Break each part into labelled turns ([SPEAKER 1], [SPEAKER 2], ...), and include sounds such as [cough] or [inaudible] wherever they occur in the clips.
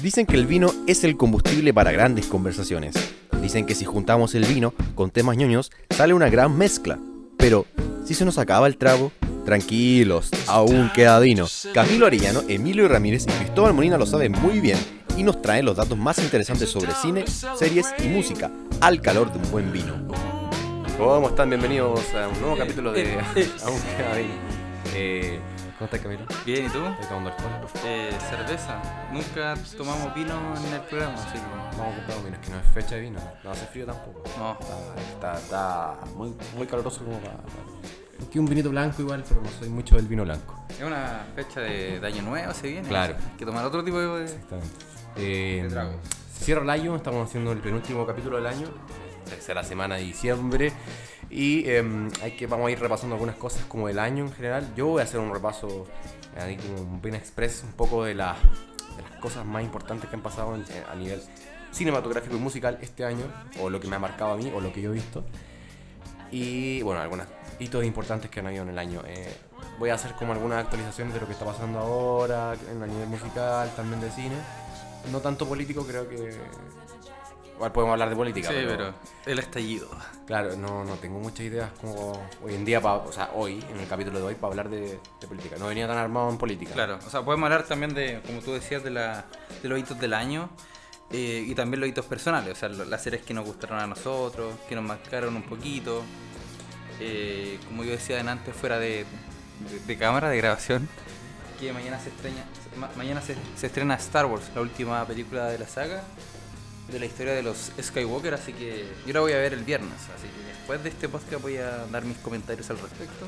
[SPEAKER 1] Dicen que el vino es el combustible para grandes conversaciones. Dicen que si juntamos el vino con temas ñoños, sale una gran mezcla. Pero, si se nos acaba el trago, tranquilos, aún queda vino. Camilo Arellano, Emilio Ramírez y Cristóbal Molina lo saben muy bien y nos traen los datos más interesantes sobre cine, series y música, al calor de un buen vino. ¿Cómo están? Bienvenidos a un nuevo capítulo [laughs] de Aún queda vino. Eh, ¿Cómo estás, Camilo?
[SPEAKER 2] Bien, ¿y tú?
[SPEAKER 1] ¿Estás tomando alcohol?
[SPEAKER 2] Eh, cerveza. Nunca tomamos vino en el programa, así que
[SPEAKER 1] Vamos a comprar un vino, es que no es fecha de vino, no hace frío tampoco.
[SPEAKER 2] no.
[SPEAKER 1] Está, está, está muy, muy caloroso como para... para- Que un vinito blanco igual, pero no soy mucho del vino blanco.
[SPEAKER 2] Es una fecha de, de año nuevo, se viene.
[SPEAKER 1] Claro.
[SPEAKER 2] o sea, Hay que tomar otro tipo de...
[SPEAKER 1] Exactamente. Eh,
[SPEAKER 2] De trago.
[SPEAKER 1] Cierra el año, estamos haciendo el penúltimo capítulo del año, tercera semana de diciembre, y em, hay que, vamos a ir repasando algunas cosas como el año en general. Yo voy a hacer un repaso, eh, ahí como un bien express, un poco de, la- de las cosas más importantes que han pasado en- a nivel cinematográfico y musical este año, o lo que me ha marcado a mí, o lo que yo he visto. Y bueno, algunos hitos importantes que han habido en el año. Eh, voy a hacer como algunas actualizaciones de lo que está pasando ahora, en a nivel musical, también de cine. No tanto político, creo que. Igual podemos hablar de política,
[SPEAKER 2] Sí, pero el estallido.
[SPEAKER 1] Claro, no, no tengo muchas ideas como hoy en día, pa- o sea, hoy, en el capítulo de hoy, para hablar de, de política. No venía tan armado en política.
[SPEAKER 2] Claro, o sea, podemos hablar también de, como tú decías, de, la, de los hitos del año eh, y también los hitos personales, o sea, lo- las series que nos gustaron a nosotros, que nos marcaron un poquito. Eh, como yo decía antes, fuera de, de- de cámara, de grabación, que mañana se estrena, ma- mañana se, se estrena Star Wars, la última película de la saga, de la historia de los Skywalker, así que yo la voy a ver el viernes, así que después de este podcast voy a dar mis comentarios al respecto.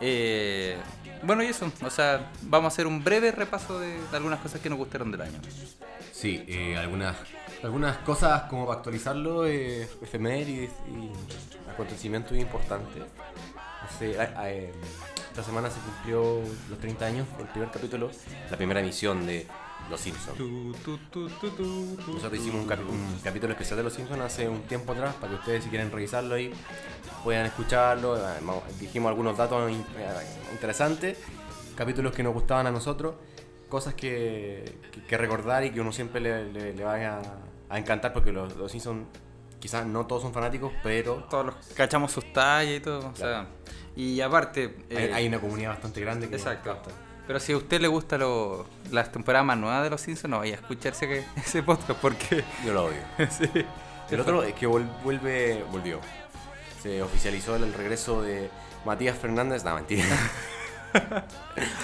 [SPEAKER 2] Eh, bueno, y eso. O sea, vamos a hacer un breve repaso de, de algunas cosas que nos gustaron del año.
[SPEAKER 1] Sí, eh, algunas, algunas cosas como para actualizarlo, eh, efemérides y acontecimientos importantes. Hace, a- a- eh, esta semana se cumplió los 30 años, el primer capítulo, la primera emisión de Los Simpsons. Nosotros hicimos un, capi- un capítulo especial de Los Simpsons hace un tiempo atrás, para que ustedes si quieren revisarlo ahí puedan escucharlo. Además, Dijimos algunos datos in- eh, interesantes, capítulos que nos gustaban a nosotros, cosas que, que- que recordar y que uno siempre le, le- le vaya a encantar porque los, los Simpsons quizás no todos son fanáticos, pero
[SPEAKER 2] Todos los cachamos sus tallas y todo. O sea, y aparte.
[SPEAKER 1] hay,
[SPEAKER 2] eh,
[SPEAKER 1] hay una comunidad bastante grande que
[SPEAKER 2] Exacto.
[SPEAKER 1] capta.
[SPEAKER 2] Pero si a usted le gustan lo- las temporadas más nuevas de los Simpsons, no vaya a escucharse que- [laughs] ese podcast porque. [laughs]
[SPEAKER 1] Yo lo odio.
[SPEAKER 2] sí.
[SPEAKER 1] El otro es que vol- vuelve, volvió. Se oficializó el, el regreso de Matías Fernández. No, mentira. [laughs]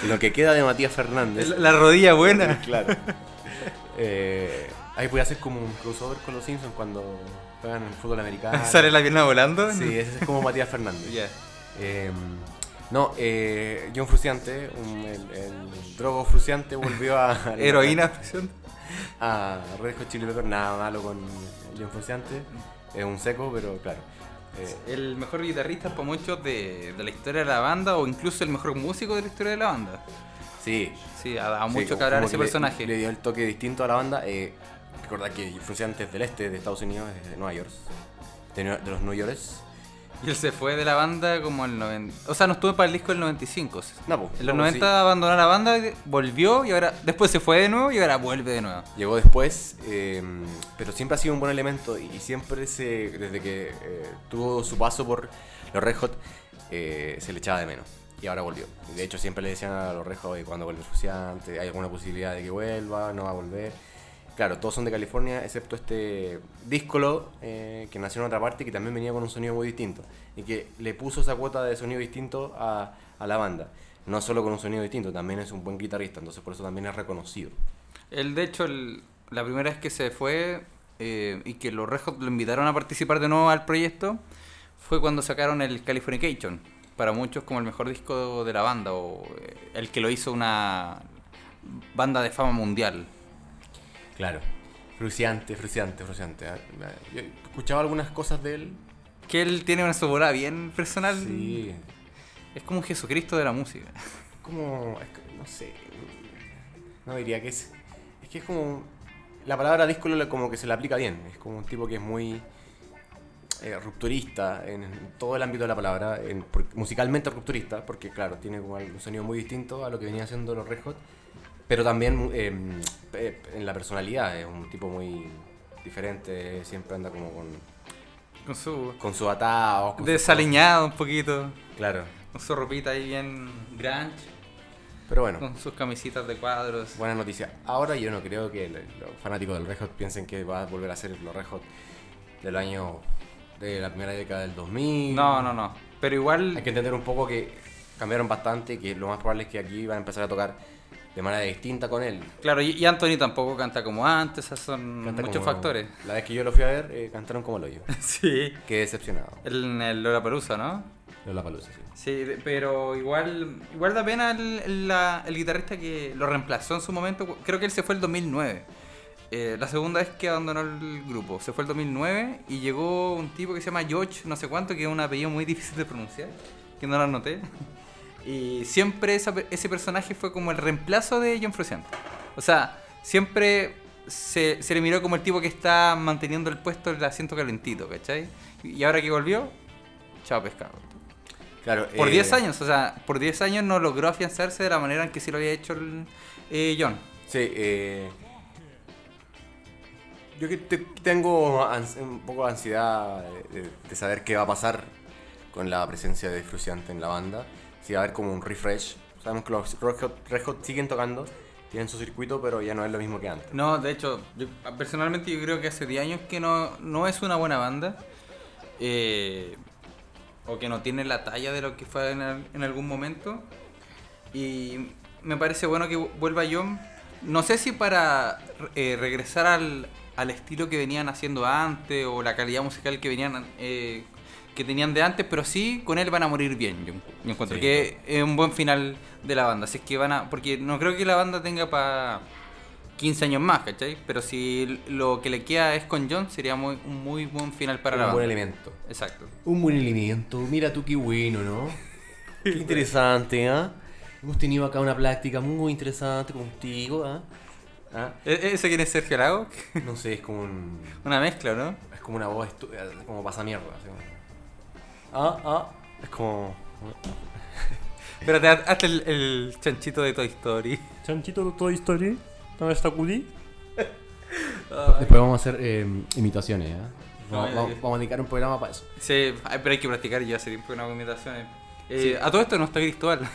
[SPEAKER 1] Lo que queda de Matías Fernández.
[SPEAKER 2] La, la rodilla buena.
[SPEAKER 1] Claro. Eh, ahí voy a hacer como un crossover con los Simpsons cuando juegan en fútbol americano.
[SPEAKER 2] [laughs] Sale la pierna volando.
[SPEAKER 1] Sí, ese es como Matías Fernández.
[SPEAKER 2] Ya.
[SPEAKER 1] Eh, no, eh, John Fruciante, un- el, el drogo Fruciante volvió a...
[SPEAKER 2] [laughs] Heroína, presión.
[SPEAKER 1] a Ah, Red Hot Chili Peppers, nada malo con John Fruciante. Es un seco, pero claro. Eh,
[SPEAKER 2] El mejor guitarrista para muchos de, de la historia de la banda o incluso el mejor músico de la historia de la banda.
[SPEAKER 1] sí,
[SPEAKER 2] Sí, ha dado
[SPEAKER 1] Sí,
[SPEAKER 2] mucho
[SPEAKER 1] como
[SPEAKER 2] que hablar
[SPEAKER 1] que
[SPEAKER 2] ese
[SPEAKER 1] le-
[SPEAKER 2] personaje.
[SPEAKER 1] Le dio el toque distinto a la banda. Eh, recordad que Fruciante es del este de Estados Unidos, es de Nueva York. De, Nue- de los New Yorkers.
[SPEAKER 2] Y él se fue de la banda como el 90. O sea, no estuvo para el disco del 95.
[SPEAKER 1] No, po.
[SPEAKER 2] En los
[SPEAKER 1] No,
[SPEAKER 2] 90 abandonó la banda, y volvió y ahora. Después se fue de nuevo y ahora vuelve de nuevo.
[SPEAKER 1] Llegó después, eh, pero siempre ha sido un buen elemento y y siempre se, desde que eh, tuvo su paso por los Red Hot eh, se le echaba de menos. Y ahora volvió. De hecho, siempre le decían a los Red Hot, "Oye, cuando vuelve Fruciante, hay alguna posibilidad de que vuelva, no va a volver. Claro, todos son de California, excepto este díscolo eh, que nació en otra parte y que también venía con un sonido muy distinto. Y que le puso esa cuota de sonido distinto a, a la banda. No solo con un sonido distinto, también es un buen guitarrista, entonces por eso también es reconocido.
[SPEAKER 2] Él, de hecho, el- la primera vez que se fue eh, y que los Rejos lo invitaron a participar de nuevo al proyecto fue cuando sacaron el Californication. Para muchos, como el mejor disco de la banda o eh, el que lo hizo una banda de fama mundial.
[SPEAKER 1] Claro. Fruciante, fruciante, fruciante. Ah, ah, Yo escuchaba algunas cosas de él.
[SPEAKER 2] Que él tiene una soborada bien personal.
[SPEAKER 1] Sí.
[SPEAKER 2] Es como un Jesucristo de la música. [laughs]
[SPEAKER 1] Como. es que, no sé. No diría que es. Es que es como. La palabra díscolo la- como que se le aplica bien. Es como un tipo que es muy. eh, rupturista en todo el ámbito de la palabra, en- por- musicalmente rupturista, porque claro, tiene como un sonido muy distinto a lo que venía haciendo los Red Hot, Pero también eh, eh, en la personalidad es un tipo muy diferente, siempre anda como con,
[SPEAKER 2] Con su.
[SPEAKER 1] con su atado. con sus
[SPEAKER 2] Desaliñado un poquito.
[SPEAKER 1] cosas. Claro.
[SPEAKER 2] Con su ropita ahí bien grunge.
[SPEAKER 1] Pero bueno,
[SPEAKER 2] Con sus camisitas de cuadros.
[SPEAKER 1] buena noticia. Ahora yo no creo que le- los fanáticos del Red Hot piensen que va a volver a ser los Red Hot del año de la primera década del 2000.
[SPEAKER 2] No, no, no. Pero igual.
[SPEAKER 1] Hay que entender un poco que cambiaron bastante, que lo más probable es que aquí van a empezar a tocar de manera distinta con él.
[SPEAKER 2] Claro, y y Anthony tampoco canta como antes, esos son
[SPEAKER 1] Canta
[SPEAKER 2] Mm, muchos
[SPEAKER 1] como-
[SPEAKER 2] factores. [laughs]
[SPEAKER 1] La vez que yo lo fui a ver, eh, cantaron como lo yo.
[SPEAKER 2] sí.
[SPEAKER 1] Qué
[SPEAKER 2] [laughs]
[SPEAKER 1] decepcionado.
[SPEAKER 2] En el Lola Perusa, ¿no?
[SPEAKER 1] la palusa, sí.
[SPEAKER 2] Sí, de- pero igual igual da pena el, la- el guitarrista que lo reemplazó en su momento. cu- Creo que él se fue el 2009. Eh, la segunda vez que abandonó el grupo. Se fue el 2009 y llegó un tipo que se llama George, no sé cuánto, que es un apellido muy [laughs] difícil de pronunciar, que no lo anoté. Y siempre esa pe- ese personaje fue como el reemplazo de John Frusciante. O sea, siempre se, se le miró como el tipo que está manteniendo el puesto, el asiento calentito, ¿cachai? Y y ahora que volvió, chao pescado.
[SPEAKER 1] Claro,
[SPEAKER 2] Por
[SPEAKER 1] eh,
[SPEAKER 2] 10 años, o sea, por 10 años no logró afianzarse de la manera en que sí lo había hecho el, eh, John.
[SPEAKER 1] Sí, eh, yo que te- tengo ans- un poco de ansiedad de, de saber qué va a pasar con la presencia de Fruciante en la banda. Si va a haber como un refresh. Sabemos que los Red Hot, Red Hot siguen tocando, tienen su circuito, pero ya no es lo mismo que antes.
[SPEAKER 2] No, de hecho, yo- personalmente yo creo que hace 10 años que no, no es una buena banda. eh, o que no tiene la talla de lo que fue en, al- en algún momento. Y me parece bueno que vu- vuelva John. No sé si para eh, regresar al, al estilo que venían haciendo antes o la calidad musical que venían eh, que tenían de antes, pero sí con él van a morir bien. Yo, yo encuentro
[SPEAKER 1] Sí.
[SPEAKER 2] que es un buen final de la banda. Así es que van a. Porque no creo que la banda tenga para 15 años más, ¿cachai? Pero si lo que le queda es con John, sería muy, un muy buen final para la
[SPEAKER 1] un
[SPEAKER 2] banda.
[SPEAKER 1] buen elemento.
[SPEAKER 2] Exacto.
[SPEAKER 1] Un buen elemento. Mira tú qué bueno, ¿no? Qué interesante, ¿ah? Hemos tenido acá una práctica muy interesante contigo, ¿ah? ¿Ah?
[SPEAKER 2] ¿E- ¿Ese quién es Sergio Lago?
[SPEAKER 1] No sé, es como un...
[SPEAKER 2] Una mezcla, ¿no?
[SPEAKER 1] Es como una voz estu- eh, como pasa mierda. así como- Ah, ah. Es como.
[SPEAKER 2] Pero te hazte el, el chanchito de Toy Story.
[SPEAKER 3] Chanchito de Toy Story, ¿dónde está Woody?
[SPEAKER 1] [laughs] Después vamos a hacer eh, imitaciones,
[SPEAKER 2] Vamos- vamos-
[SPEAKER 1] a dedicar un programa para eso.
[SPEAKER 2] Sí, ay, pero hay que practicar, yo hace tiempo que no hago imitaciones. Eh, A todo esto no está Cristóbal.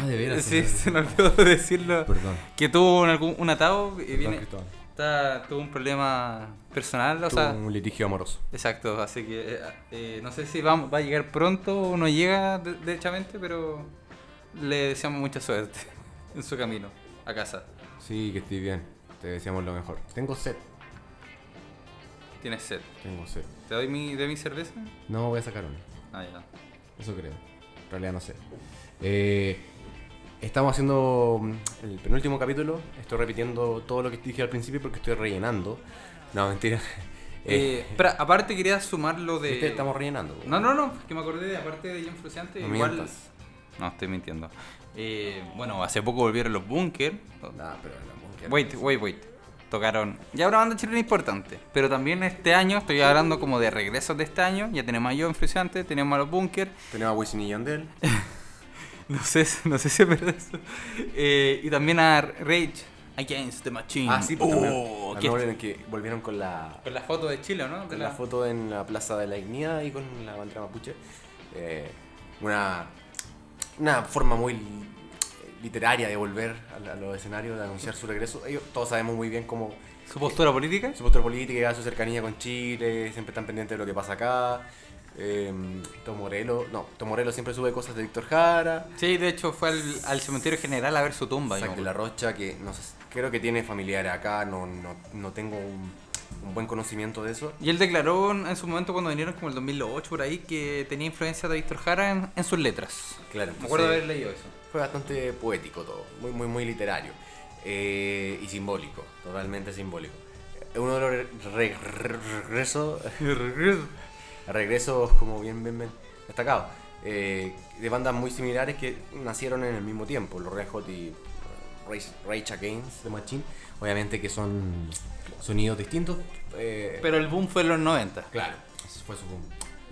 [SPEAKER 1] Ah, de
[SPEAKER 2] [laughs]
[SPEAKER 1] veras.
[SPEAKER 2] sí, se me olvidó [laughs] de decirlo.
[SPEAKER 1] Perdón.
[SPEAKER 2] Que tuvo un, algún- un atado, eh,
[SPEAKER 1] Perdón,
[SPEAKER 2] viene-
[SPEAKER 1] Cristóbal.
[SPEAKER 2] está- tuvo un problema personal, o
[SPEAKER 1] Tuve
[SPEAKER 2] sea...
[SPEAKER 1] un litigio amoroso.
[SPEAKER 2] Exacto, así que eh, eh, no sé si va, va a llegar pronto o no llega de- derechamente, pero le deseamos mucha suerte [laughs] en su camino a casa.
[SPEAKER 1] Sí, que estoy bien. Te deseamos lo mejor. Tengo sed.
[SPEAKER 2] Tienes sed.
[SPEAKER 1] Tengo sed.
[SPEAKER 2] ¿Te doy mi, de mi cerveza?
[SPEAKER 1] No voy a sacar una.
[SPEAKER 2] Ah, ya.
[SPEAKER 1] Eso creo. En realidad no sé. Eh, estamos haciendo mm, el penúltimo capítulo. Estoy repitiendo todo lo que dije al principio porque estoy rellenando. No, mentira. Eh,
[SPEAKER 2] Eh, espera, aparte quería sumar lo de...
[SPEAKER 1] ¿viste? Estamos rellenando.
[SPEAKER 2] No, no, no, que me acordé de aparte de John Fruciante,
[SPEAKER 1] No
[SPEAKER 2] igual...
[SPEAKER 1] mientas.
[SPEAKER 2] No, estoy mintiendo. Eh, bueno, hace poco volvieron los Bunkers.
[SPEAKER 1] Nah, pero la mujer-
[SPEAKER 2] Wait, wait, wait. Tocaron. Ya una banda chilena importante. Pero también este año, estoy hablando como de regresos de este año. Ya tenemos a John Fruciante, tenemos a los Bunkers.
[SPEAKER 1] Tenemos a Wisin y Yandel.
[SPEAKER 2] [laughs] Mm. No sé, no sé si es verdad eso. Eh, y también a Rage Against the Machine.
[SPEAKER 1] Ah, sí, porque
[SPEAKER 2] oh, que-
[SPEAKER 1] también, que volvieron con la,
[SPEAKER 2] Con la foto de Chile, ¿no? De
[SPEAKER 1] con
[SPEAKER 2] la-
[SPEAKER 1] la foto en la Plaza de la Dignidad y con la bandera mapuche. Eh, una, una forma muy literaria de volver a, la- a los escenarios, de anunciar su regreso. Ellos, todos sabemos muy bien cómo
[SPEAKER 2] Su postura política.
[SPEAKER 1] su postura política, su cercanía con Chile, siempre están pendientes de lo que pasa acá. Eh, Tom Morello, no, Tom Morello siempre sube cosas de Víctor Jara.
[SPEAKER 2] Sí, de hecho fue al, al cementerio general a ver su tumba.
[SPEAKER 1] Isaac
[SPEAKER 2] yo
[SPEAKER 1] de
[SPEAKER 2] me
[SPEAKER 1] la
[SPEAKER 2] acuerdo.
[SPEAKER 1] Rocha, que no sé, creo que tiene familiares acá, no, no, no tengo un, un buen conocimiento de eso.
[SPEAKER 2] Y él declaró en en su momento cuando vinieron, como el 2008 por ahí, que tenía influencia de Víctor Jara en, en sus letras.
[SPEAKER 1] Claro,
[SPEAKER 2] Me acuerdo de haber
[SPEAKER 1] entonces,
[SPEAKER 2] leído eso.
[SPEAKER 1] fue bastante poético todo, muy, muy, muy literario eh, y simbólico, totalmente simbólico. Eh, Uno de los re- re- regresos, [laughs] regresos como bien, bien, bien destacados, eh, de bandas muy similares que nacieron en el mismo tiempo, los Red Hot y eh, Rage, Rage Against the Machine, obviamente que son sonidos distintos. eh,
[SPEAKER 2] Pero el boom fue en los 90.
[SPEAKER 1] Claro, ese fue su boom.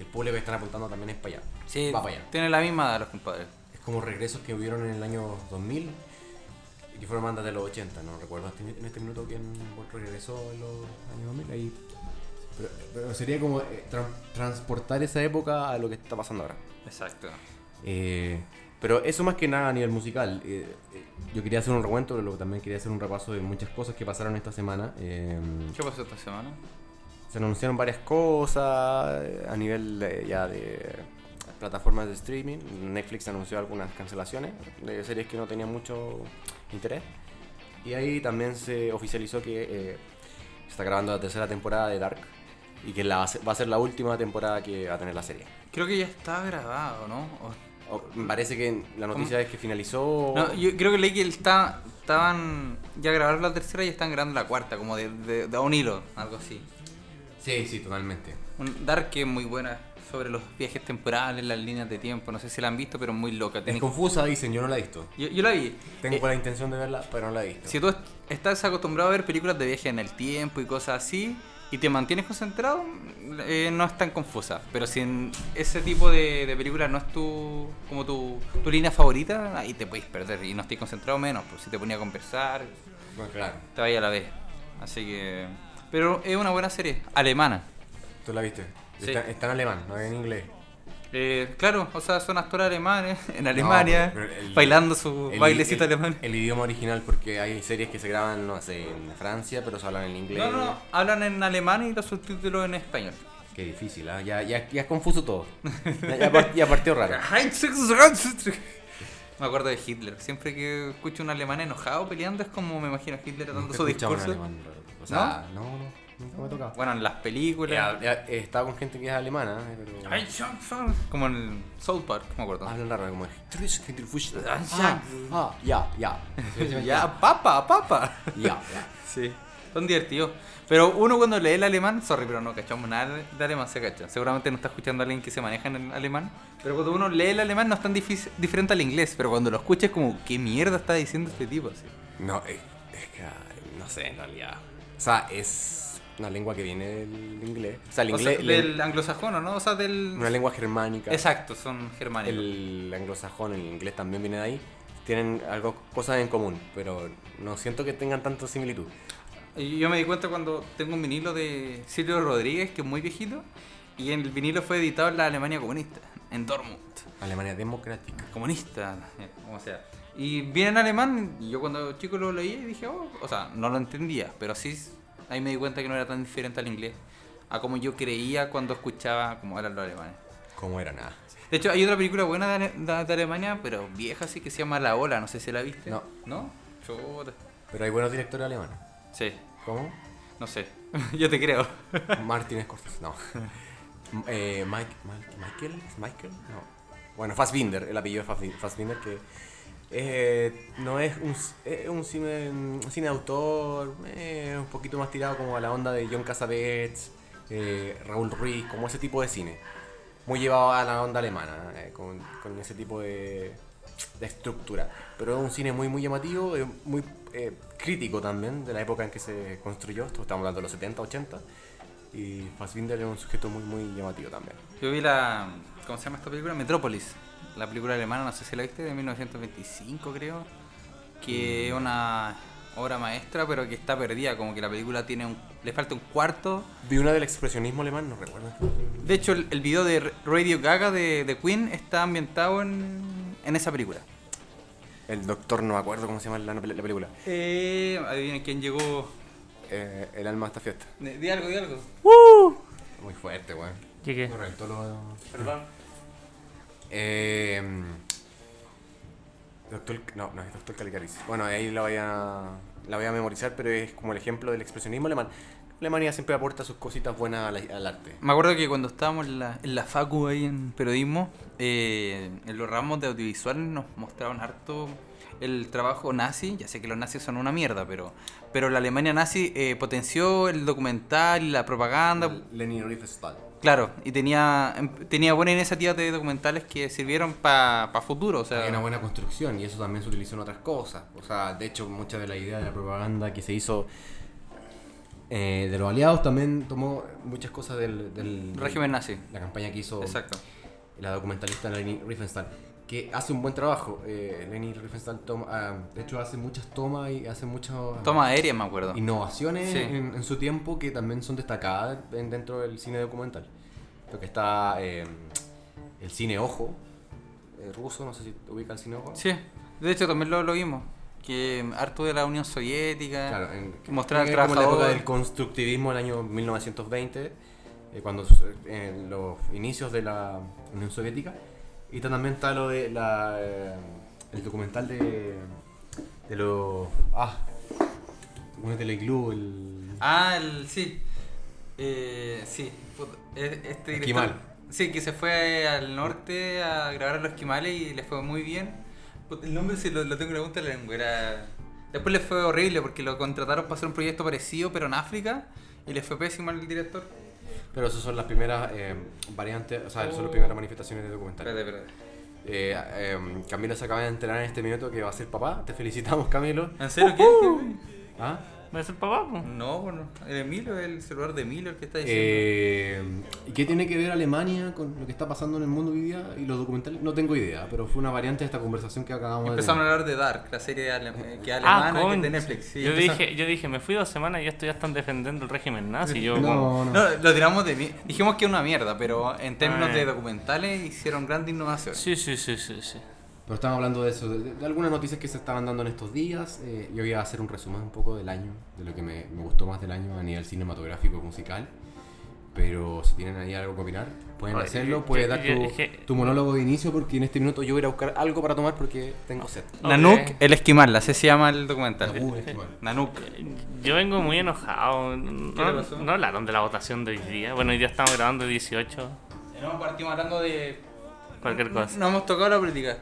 [SPEAKER 1] El público que están apuntando también es para allá.
[SPEAKER 2] Sí,
[SPEAKER 1] va para allá.
[SPEAKER 2] tiene la misma edad los compadres.
[SPEAKER 1] Es como regresos que hubieron en el año 2000. que fueron bandas de los 80, no recuerdo hasta en este minuto quién regresó en los años 2000. ahí. Pero, pero sería como eh, tran- transportar esa época a lo que está pasando ahora.
[SPEAKER 2] Exacto.
[SPEAKER 1] Eh, pero eso más que nada a nivel musical. Eh, eh, yo quería hacer un recuento, pero luego también quería hacer un repaso de muchas cosas que pasaron esta semana. Em,
[SPEAKER 2] ¿Qué pasó esta semana?
[SPEAKER 1] se anunciaron varias cosas eh, a nivel eh, ya de eh, plataformas de streaming. Netflix anunció algunas cancelaciones de series que no tenían mucho interés. Y ahí también se oficializó que eh, se está grabando la tercera temporada de Dark y que la, va a ser- va a ser la última temporada que va a tener la serie.
[SPEAKER 2] Creo que ya está grabado, ¿no? O-
[SPEAKER 1] O- parece que la noticia es que finalizó.
[SPEAKER 2] No, yo creo que leí que está, estaban ya grabaron la tercera y están grabando la cuarta, como de, de, de a un hilo, algo así.
[SPEAKER 1] Sí, sí, totalmente.
[SPEAKER 2] Un Dark que es muy buena sobre los viajes temporales, las líneas de tiempo, no sé si la han visto, pero es muy loca.
[SPEAKER 1] Es
[SPEAKER 2] Tenéis-
[SPEAKER 1] confusa, dicen, yo no la he visto.
[SPEAKER 2] Yo, yo la vi.
[SPEAKER 1] Tengo
[SPEAKER 2] Eh,
[SPEAKER 1] la intención de verla, pero no la he visto.
[SPEAKER 2] si tú est- estás acostumbrado a ver películas de viaje en el tiempo y cosas así, y te mantienes concentrado, eh, no es tan confusa. Pero si en ese tipo de, de películas no es tu, como tu, tu línea favorita, ahí te podéis perder y no estés concentrado menos. Pues si te ponía a conversar,
[SPEAKER 1] Bueno, claro.
[SPEAKER 2] te vaya a la vez. Así que... Pero es una buena serie, alemana.
[SPEAKER 1] ¿Tú la viste?
[SPEAKER 2] Sí.
[SPEAKER 1] Está, está en alemán, no en inglés.
[SPEAKER 2] Eh, claro, o sea, son actores alemanes [laughs] en Alemania,
[SPEAKER 1] pero- pero el-
[SPEAKER 2] bailando su
[SPEAKER 1] El-
[SPEAKER 2] bailecito
[SPEAKER 1] el-
[SPEAKER 2] alemán.
[SPEAKER 1] El idioma original, porque hay series que se graban, no sé, en Francia, pero se hablan en inglés.
[SPEAKER 2] No, no, hablan en alemán y los subtítulos en español.
[SPEAKER 1] Qué difícil, ¿ah? ya, ya, ya es confuso todo. Ya, ya par- ya partió raro. [laughs]
[SPEAKER 2] Me acuerdo de Hitler. Siempre que escucho un alemán enojado peleando es como me imagino a Hitler [laughs] dando
[SPEAKER 1] Nunca
[SPEAKER 2] su
[SPEAKER 1] he escuchado un
[SPEAKER 2] discurso.
[SPEAKER 1] alemán raro. O sea, no, no, nunca me ha tocado.
[SPEAKER 2] Bueno, en las películas.
[SPEAKER 1] He- he- he estado con gente que es alemana, eh, pero
[SPEAKER 2] Como en el South Park, me acuerdo.
[SPEAKER 1] hablan raro, como es.
[SPEAKER 2] Ah,
[SPEAKER 1] Ah, ah, ya, ya. [laughs]
[SPEAKER 2] ya, papa, papa.
[SPEAKER 1] Ya, ya.
[SPEAKER 2] Sí. Son divertidos. Pero uno cuando lee el alemán, sorry, pero no cachamos nada de- de alemán, se cacha. Seguramente no está escuchando a alguien que se maneja en el alemán. Pero cuando uno lee el alemán no es tan difícil- diferente al inglés. Pero cuando lo escucha es como, ¿qué mierda está diciendo este tipo? Así.
[SPEAKER 1] No, eh, es que ah, no sé en realidad. O sea, es una lengua que viene del inglés. O sea, el
[SPEAKER 2] O
[SPEAKER 1] inglés.
[SPEAKER 2] sea,
[SPEAKER 1] le-
[SPEAKER 2] del anglosajón, ¿no? O sea, del...
[SPEAKER 1] Una lengua germánica.
[SPEAKER 2] Exacto, son germánicos.
[SPEAKER 1] El anglosajón, el inglés también viene de ahí. Tienen algo, cosas en común, pero no siento que tengan tanta similitud.
[SPEAKER 2] Y Yo me di cuenta cuando tengo un vinilo de Silvio Rodríguez, que es muy viejito, y el vinilo fue editado en la Alemania comunista, en Dortmund.
[SPEAKER 1] Alemania democrática.
[SPEAKER 2] comunista, eh, como sea. Y viene en alemán, y yo cuando chico lo leía y dije, oh, o sea, no lo entendía, pero sí, ahí me di cuenta que no era tan diferente al inglés, a como yo creía cuando escuchaba como eran los alemanes.
[SPEAKER 1] ¿Cómo era nada?
[SPEAKER 2] De hecho, hay otra película buena de, Ale- de- de Alemania, pero vieja, así que se llama La Ola, no sé si la viste.
[SPEAKER 1] No.
[SPEAKER 2] ¿No? Chuta.
[SPEAKER 1] Pero hay buenos directores alemanes.
[SPEAKER 2] Sí,
[SPEAKER 1] ¿Cómo?
[SPEAKER 2] no sé, [laughs] yo te creo.
[SPEAKER 1] [laughs] Martin Scorsese, no. Eh, Mike, Mike- Michael, Michael, no. Bueno, Fassbinder, el apellido de Fassbi- Fassbinder que eh, no es un, c- es un cine, un cine de autor, eh, un poquito más tirado como a la onda de John Cassavetes, eh, Raúl Ruiz, como ese tipo de cine. Muy llevado a la onda alemana, eh, con, con ese tipo de, de estructura. Pero es un cine muy, muy llamativo, eh, muy eh, crítico también de la época en que se construyó. Esto estamos hablando de los 70, 80. Y Fassbinder era un sujeto muy, muy llamativo también.
[SPEAKER 2] Yo vi la. ¿Cómo se llama esta película? Metrópolis. La película alemana, no sé si la viste, de 1925, creo. Que es una obra maestra, pero que está perdida. Como que la película tiene un. Le falta un cuarto.
[SPEAKER 1] Vi una del expresionismo alemán, no recuerdo.
[SPEAKER 2] De hecho, el, el video de Radio Gaga de, de Queen está ambientado en, en esa película.
[SPEAKER 1] El doctor, no me acuerdo cómo se llama la, la película.
[SPEAKER 2] Eh, adivinen quién llegó.
[SPEAKER 1] Eh, el alma de esta fiesta.
[SPEAKER 2] Di di algo, di algo.
[SPEAKER 1] Muy fuerte, weón.
[SPEAKER 3] Llegué.
[SPEAKER 1] Correcto, lo.
[SPEAKER 2] Perdón.
[SPEAKER 1] Eh, mm, doctor, no, no es Doctor Calicaris. Bueno, ahí la voy, a, la voy a memorizar, pero es como el ejemplo del expresionismo alemán. Alemania siempre aporta sus cositas buenas al, al arte.
[SPEAKER 2] Me acuerdo que cuando estábamos en la, en la facu ahí en periodismo, eh, en los ramos de audiovisual nos mostraban harto el trabajo nazi. Ya sé que los nazis son una mierda, pero, pero la Alemania nazi eh, potenció el documental y la propaganda.
[SPEAKER 1] Lenin Riefenstahl.
[SPEAKER 2] Claro, y tenía, em- tenía buenas iniciativas de documentales que sirvieron para futuro. O sea,
[SPEAKER 1] Hay una buena construcción y eso también se utilizó en otras cosas. O sea, de hecho, mucha de la idea de la propaganda que se hizo eh, de los aliados también tomó muchas cosas del, del
[SPEAKER 2] régimen nazi.
[SPEAKER 1] La campaña que hizo
[SPEAKER 2] Exacto.
[SPEAKER 1] la documentalista Leni Riefenstahl. que hace un buen trabajo. Eh, Lenny Riefenstahl toma- ah, de hecho hace muchas tomas y hace muchas
[SPEAKER 2] Toma aérea, me acuerdo.
[SPEAKER 1] innovaciones
[SPEAKER 2] Sí.
[SPEAKER 1] en, en su tiempo que también son destacadas en- dentro del cine documental. Porque está eh, el cine ojo, eh, ruso, no sé si ubica el cine ojo.
[SPEAKER 2] Sí, de hecho también lo, lo vimos. Que mm, harto de la Unión Soviética.
[SPEAKER 1] Claro, en, que
[SPEAKER 2] Mostrar al
[SPEAKER 1] tiene que ver como la época
[SPEAKER 2] trabajador.
[SPEAKER 1] del constructivismo del año 1920, eh, cuando su- en los inicios de la Unión Soviética. Y ta- también está lo de la, eh, el documental de, de los. Ah, un teleclub, el.
[SPEAKER 2] Ah, el, sí. Eh, sí, puta, e- este director.
[SPEAKER 1] Esquimal.
[SPEAKER 2] Sí, que se fue al norte a grabar a los esquimales y le fue muy bien. Puta, El nombre se lo, lo tengo en la punta de la lengua. Era... Después le fue horrible porque lo contrataron para hacer un proyecto parecido, pero en África. Y le fue pésimo al director.
[SPEAKER 1] Pero esas son las primeras eh, variantes, o sea, son las primeras manifestaciones de documental.
[SPEAKER 2] Espérate, espérate.
[SPEAKER 1] Eh, eh, Camilo se acaba de enterar en este minuto que va a ser papá. Te felicitamos, Camilo.
[SPEAKER 2] ¿En serio quién? este
[SPEAKER 1] ¿Ah?
[SPEAKER 3] ¿Me hace el papá? po?
[SPEAKER 2] No, bueno, el Emilio, el celular de Emilio, el que está diciendo.
[SPEAKER 1] Eh, ¿Y qué tiene que ver Alemania con lo que está pasando en el mundo hoy día y los documentales? No tengo idea, pero fue una variante de esta conversación que acabamos de
[SPEAKER 2] Empezamos
[SPEAKER 1] tener.
[SPEAKER 2] a hablar de Dark, la serie de ale- eh, que es alemana que es de
[SPEAKER 3] Ah, concha.
[SPEAKER 2] Netflix. sí,
[SPEAKER 3] yo,
[SPEAKER 2] empezamos-
[SPEAKER 3] dije, yo dije, me fui dos semanas y estos ya están defendiendo el régimen nazi. Yo,
[SPEAKER 1] No,
[SPEAKER 3] como-
[SPEAKER 1] no.
[SPEAKER 2] No, lo tiramos de mi- Dijimos que es una mierda, pero en términos
[SPEAKER 3] Ah.
[SPEAKER 2] de documentales hicieron grandes innovaciones.
[SPEAKER 3] Sí, sí, sí, sí, sí.
[SPEAKER 1] Pero estamos hablando de eso, de, de algunas noticias que se estaban dando en estos días. eh, yo voy a hacer un resumen un poco del año, de lo que me, me gustó más del año a nivel cinematográfico y musical. Pero si tienen ahí algo que opinar, pueden
[SPEAKER 3] Ay,
[SPEAKER 1] hacerlo.
[SPEAKER 3] yo-
[SPEAKER 1] Puedes
[SPEAKER 3] yo-
[SPEAKER 1] dar
[SPEAKER 3] yo-
[SPEAKER 1] tu,
[SPEAKER 3] es que-
[SPEAKER 1] tu monólogo de inicio porque en este minuto yo voy a ir a buscar algo para tomar porque tengo sed.
[SPEAKER 2] Nanook,
[SPEAKER 3] Ok.
[SPEAKER 2] el esquimal, así se llama el documental.
[SPEAKER 1] Uh, es que bueno.
[SPEAKER 2] Nanook.
[SPEAKER 3] Yo vengo muy enojado.
[SPEAKER 2] le
[SPEAKER 3] No,
[SPEAKER 2] pasó?
[SPEAKER 3] no hablaron de la votación de hoy día. Bueno, hoy día estamos grabando 18.
[SPEAKER 2] No, partimos hablando de.
[SPEAKER 3] Cualquier cosa.
[SPEAKER 2] No hemos tocado la política.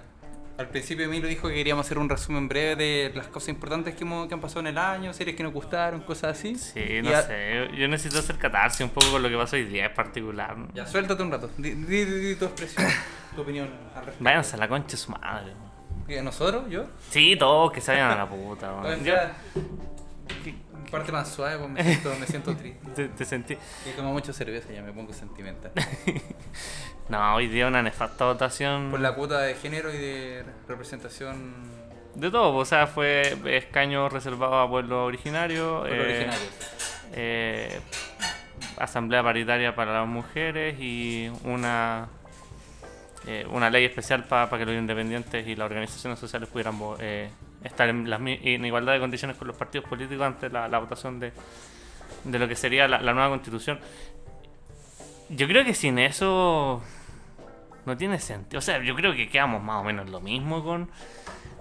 [SPEAKER 2] Al principio Emilio dijo que queríamos hacer un resumen breve de las cosas importantes que, hemos- que han pasado en el año, series que nos gustaron, cosas así.
[SPEAKER 3] Sí,
[SPEAKER 2] Y
[SPEAKER 3] no
[SPEAKER 2] ya-
[SPEAKER 3] sé. Yo necesito hacer catarse un poco con lo que pasó hoy día en particular.
[SPEAKER 2] Ya, suéltate un rato. Di, di- di tu expresión,
[SPEAKER 3] [coughs]
[SPEAKER 2] tu opinión al respecto.
[SPEAKER 3] Váyanse a la concha de su madre.
[SPEAKER 2] ¿Y ¿Nosotros? ¿Yo?
[SPEAKER 3] Sí, todos que se vayan a la puta.
[SPEAKER 2] Oye,
[SPEAKER 3] weón. Yo
[SPEAKER 2] espera. Parte más suave, pues me siento, me siento triste.
[SPEAKER 3] te, te sentí.
[SPEAKER 2] He tomado mucha cerveza, ya me pongo
[SPEAKER 3] [laughs]
[SPEAKER 2] sentimental.
[SPEAKER 3] No, hoy día una nefasta votación.
[SPEAKER 2] Por la cuota de género y de representación
[SPEAKER 3] De todo, o sea, fue escaños reservados a pueblos originarios.
[SPEAKER 2] por
[SPEAKER 3] eh,
[SPEAKER 2] originarios.
[SPEAKER 3] eh, asamblea paritaria para las mujeres y una eh, una ley especial para que los independientes y las organizaciones sociales pudieran vo- eh, estar en, las mi- en igualdad de condiciones con los partidos políticos ante la, la votación de, de lo que sería la, la nueva constitución. Yo creo que sin eso no tiene sentido. O sea, yo creo que quedamos más o menos lo mismo con,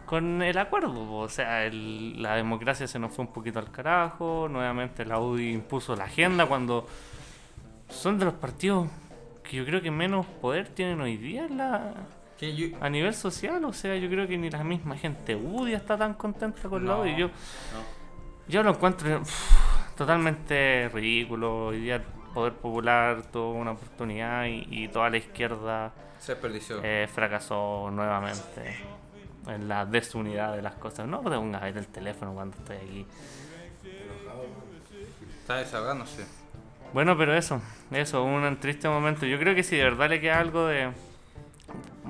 [SPEAKER 3] con el acuerdo. po. O sea, el- la democracia se nos fue un poquito al carajo. Nuevamente la UDI impuso la agenda cuando son de los partidos que yo creo que menos poder tienen hoy día en la-
[SPEAKER 2] Que yo-
[SPEAKER 3] a nivel social. O sea, yo creo que ni la misma gente UDI está tan contenta con la
[SPEAKER 2] No,
[SPEAKER 3] UDI. Yo,
[SPEAKER 2] no.
[SPEAKER 3] yo lo encuentro uf, totalmente ridículo. Hoy día el poder popular tuvo una oportunidad y- y toda la izquierda
[SPEAKER 2] Se desperdició.
[SPEAKER 3] eh, fracasó nuevamente en la desunidad de las cosas. No te pongas a ver el teléfono cuando estoy aquí.
[SPEAKER 2] Está desahogándose.
[SPEAKER 3] Bueno, pero eso, eso, un triste momento. Yo creo que si de verdad le queda algo de...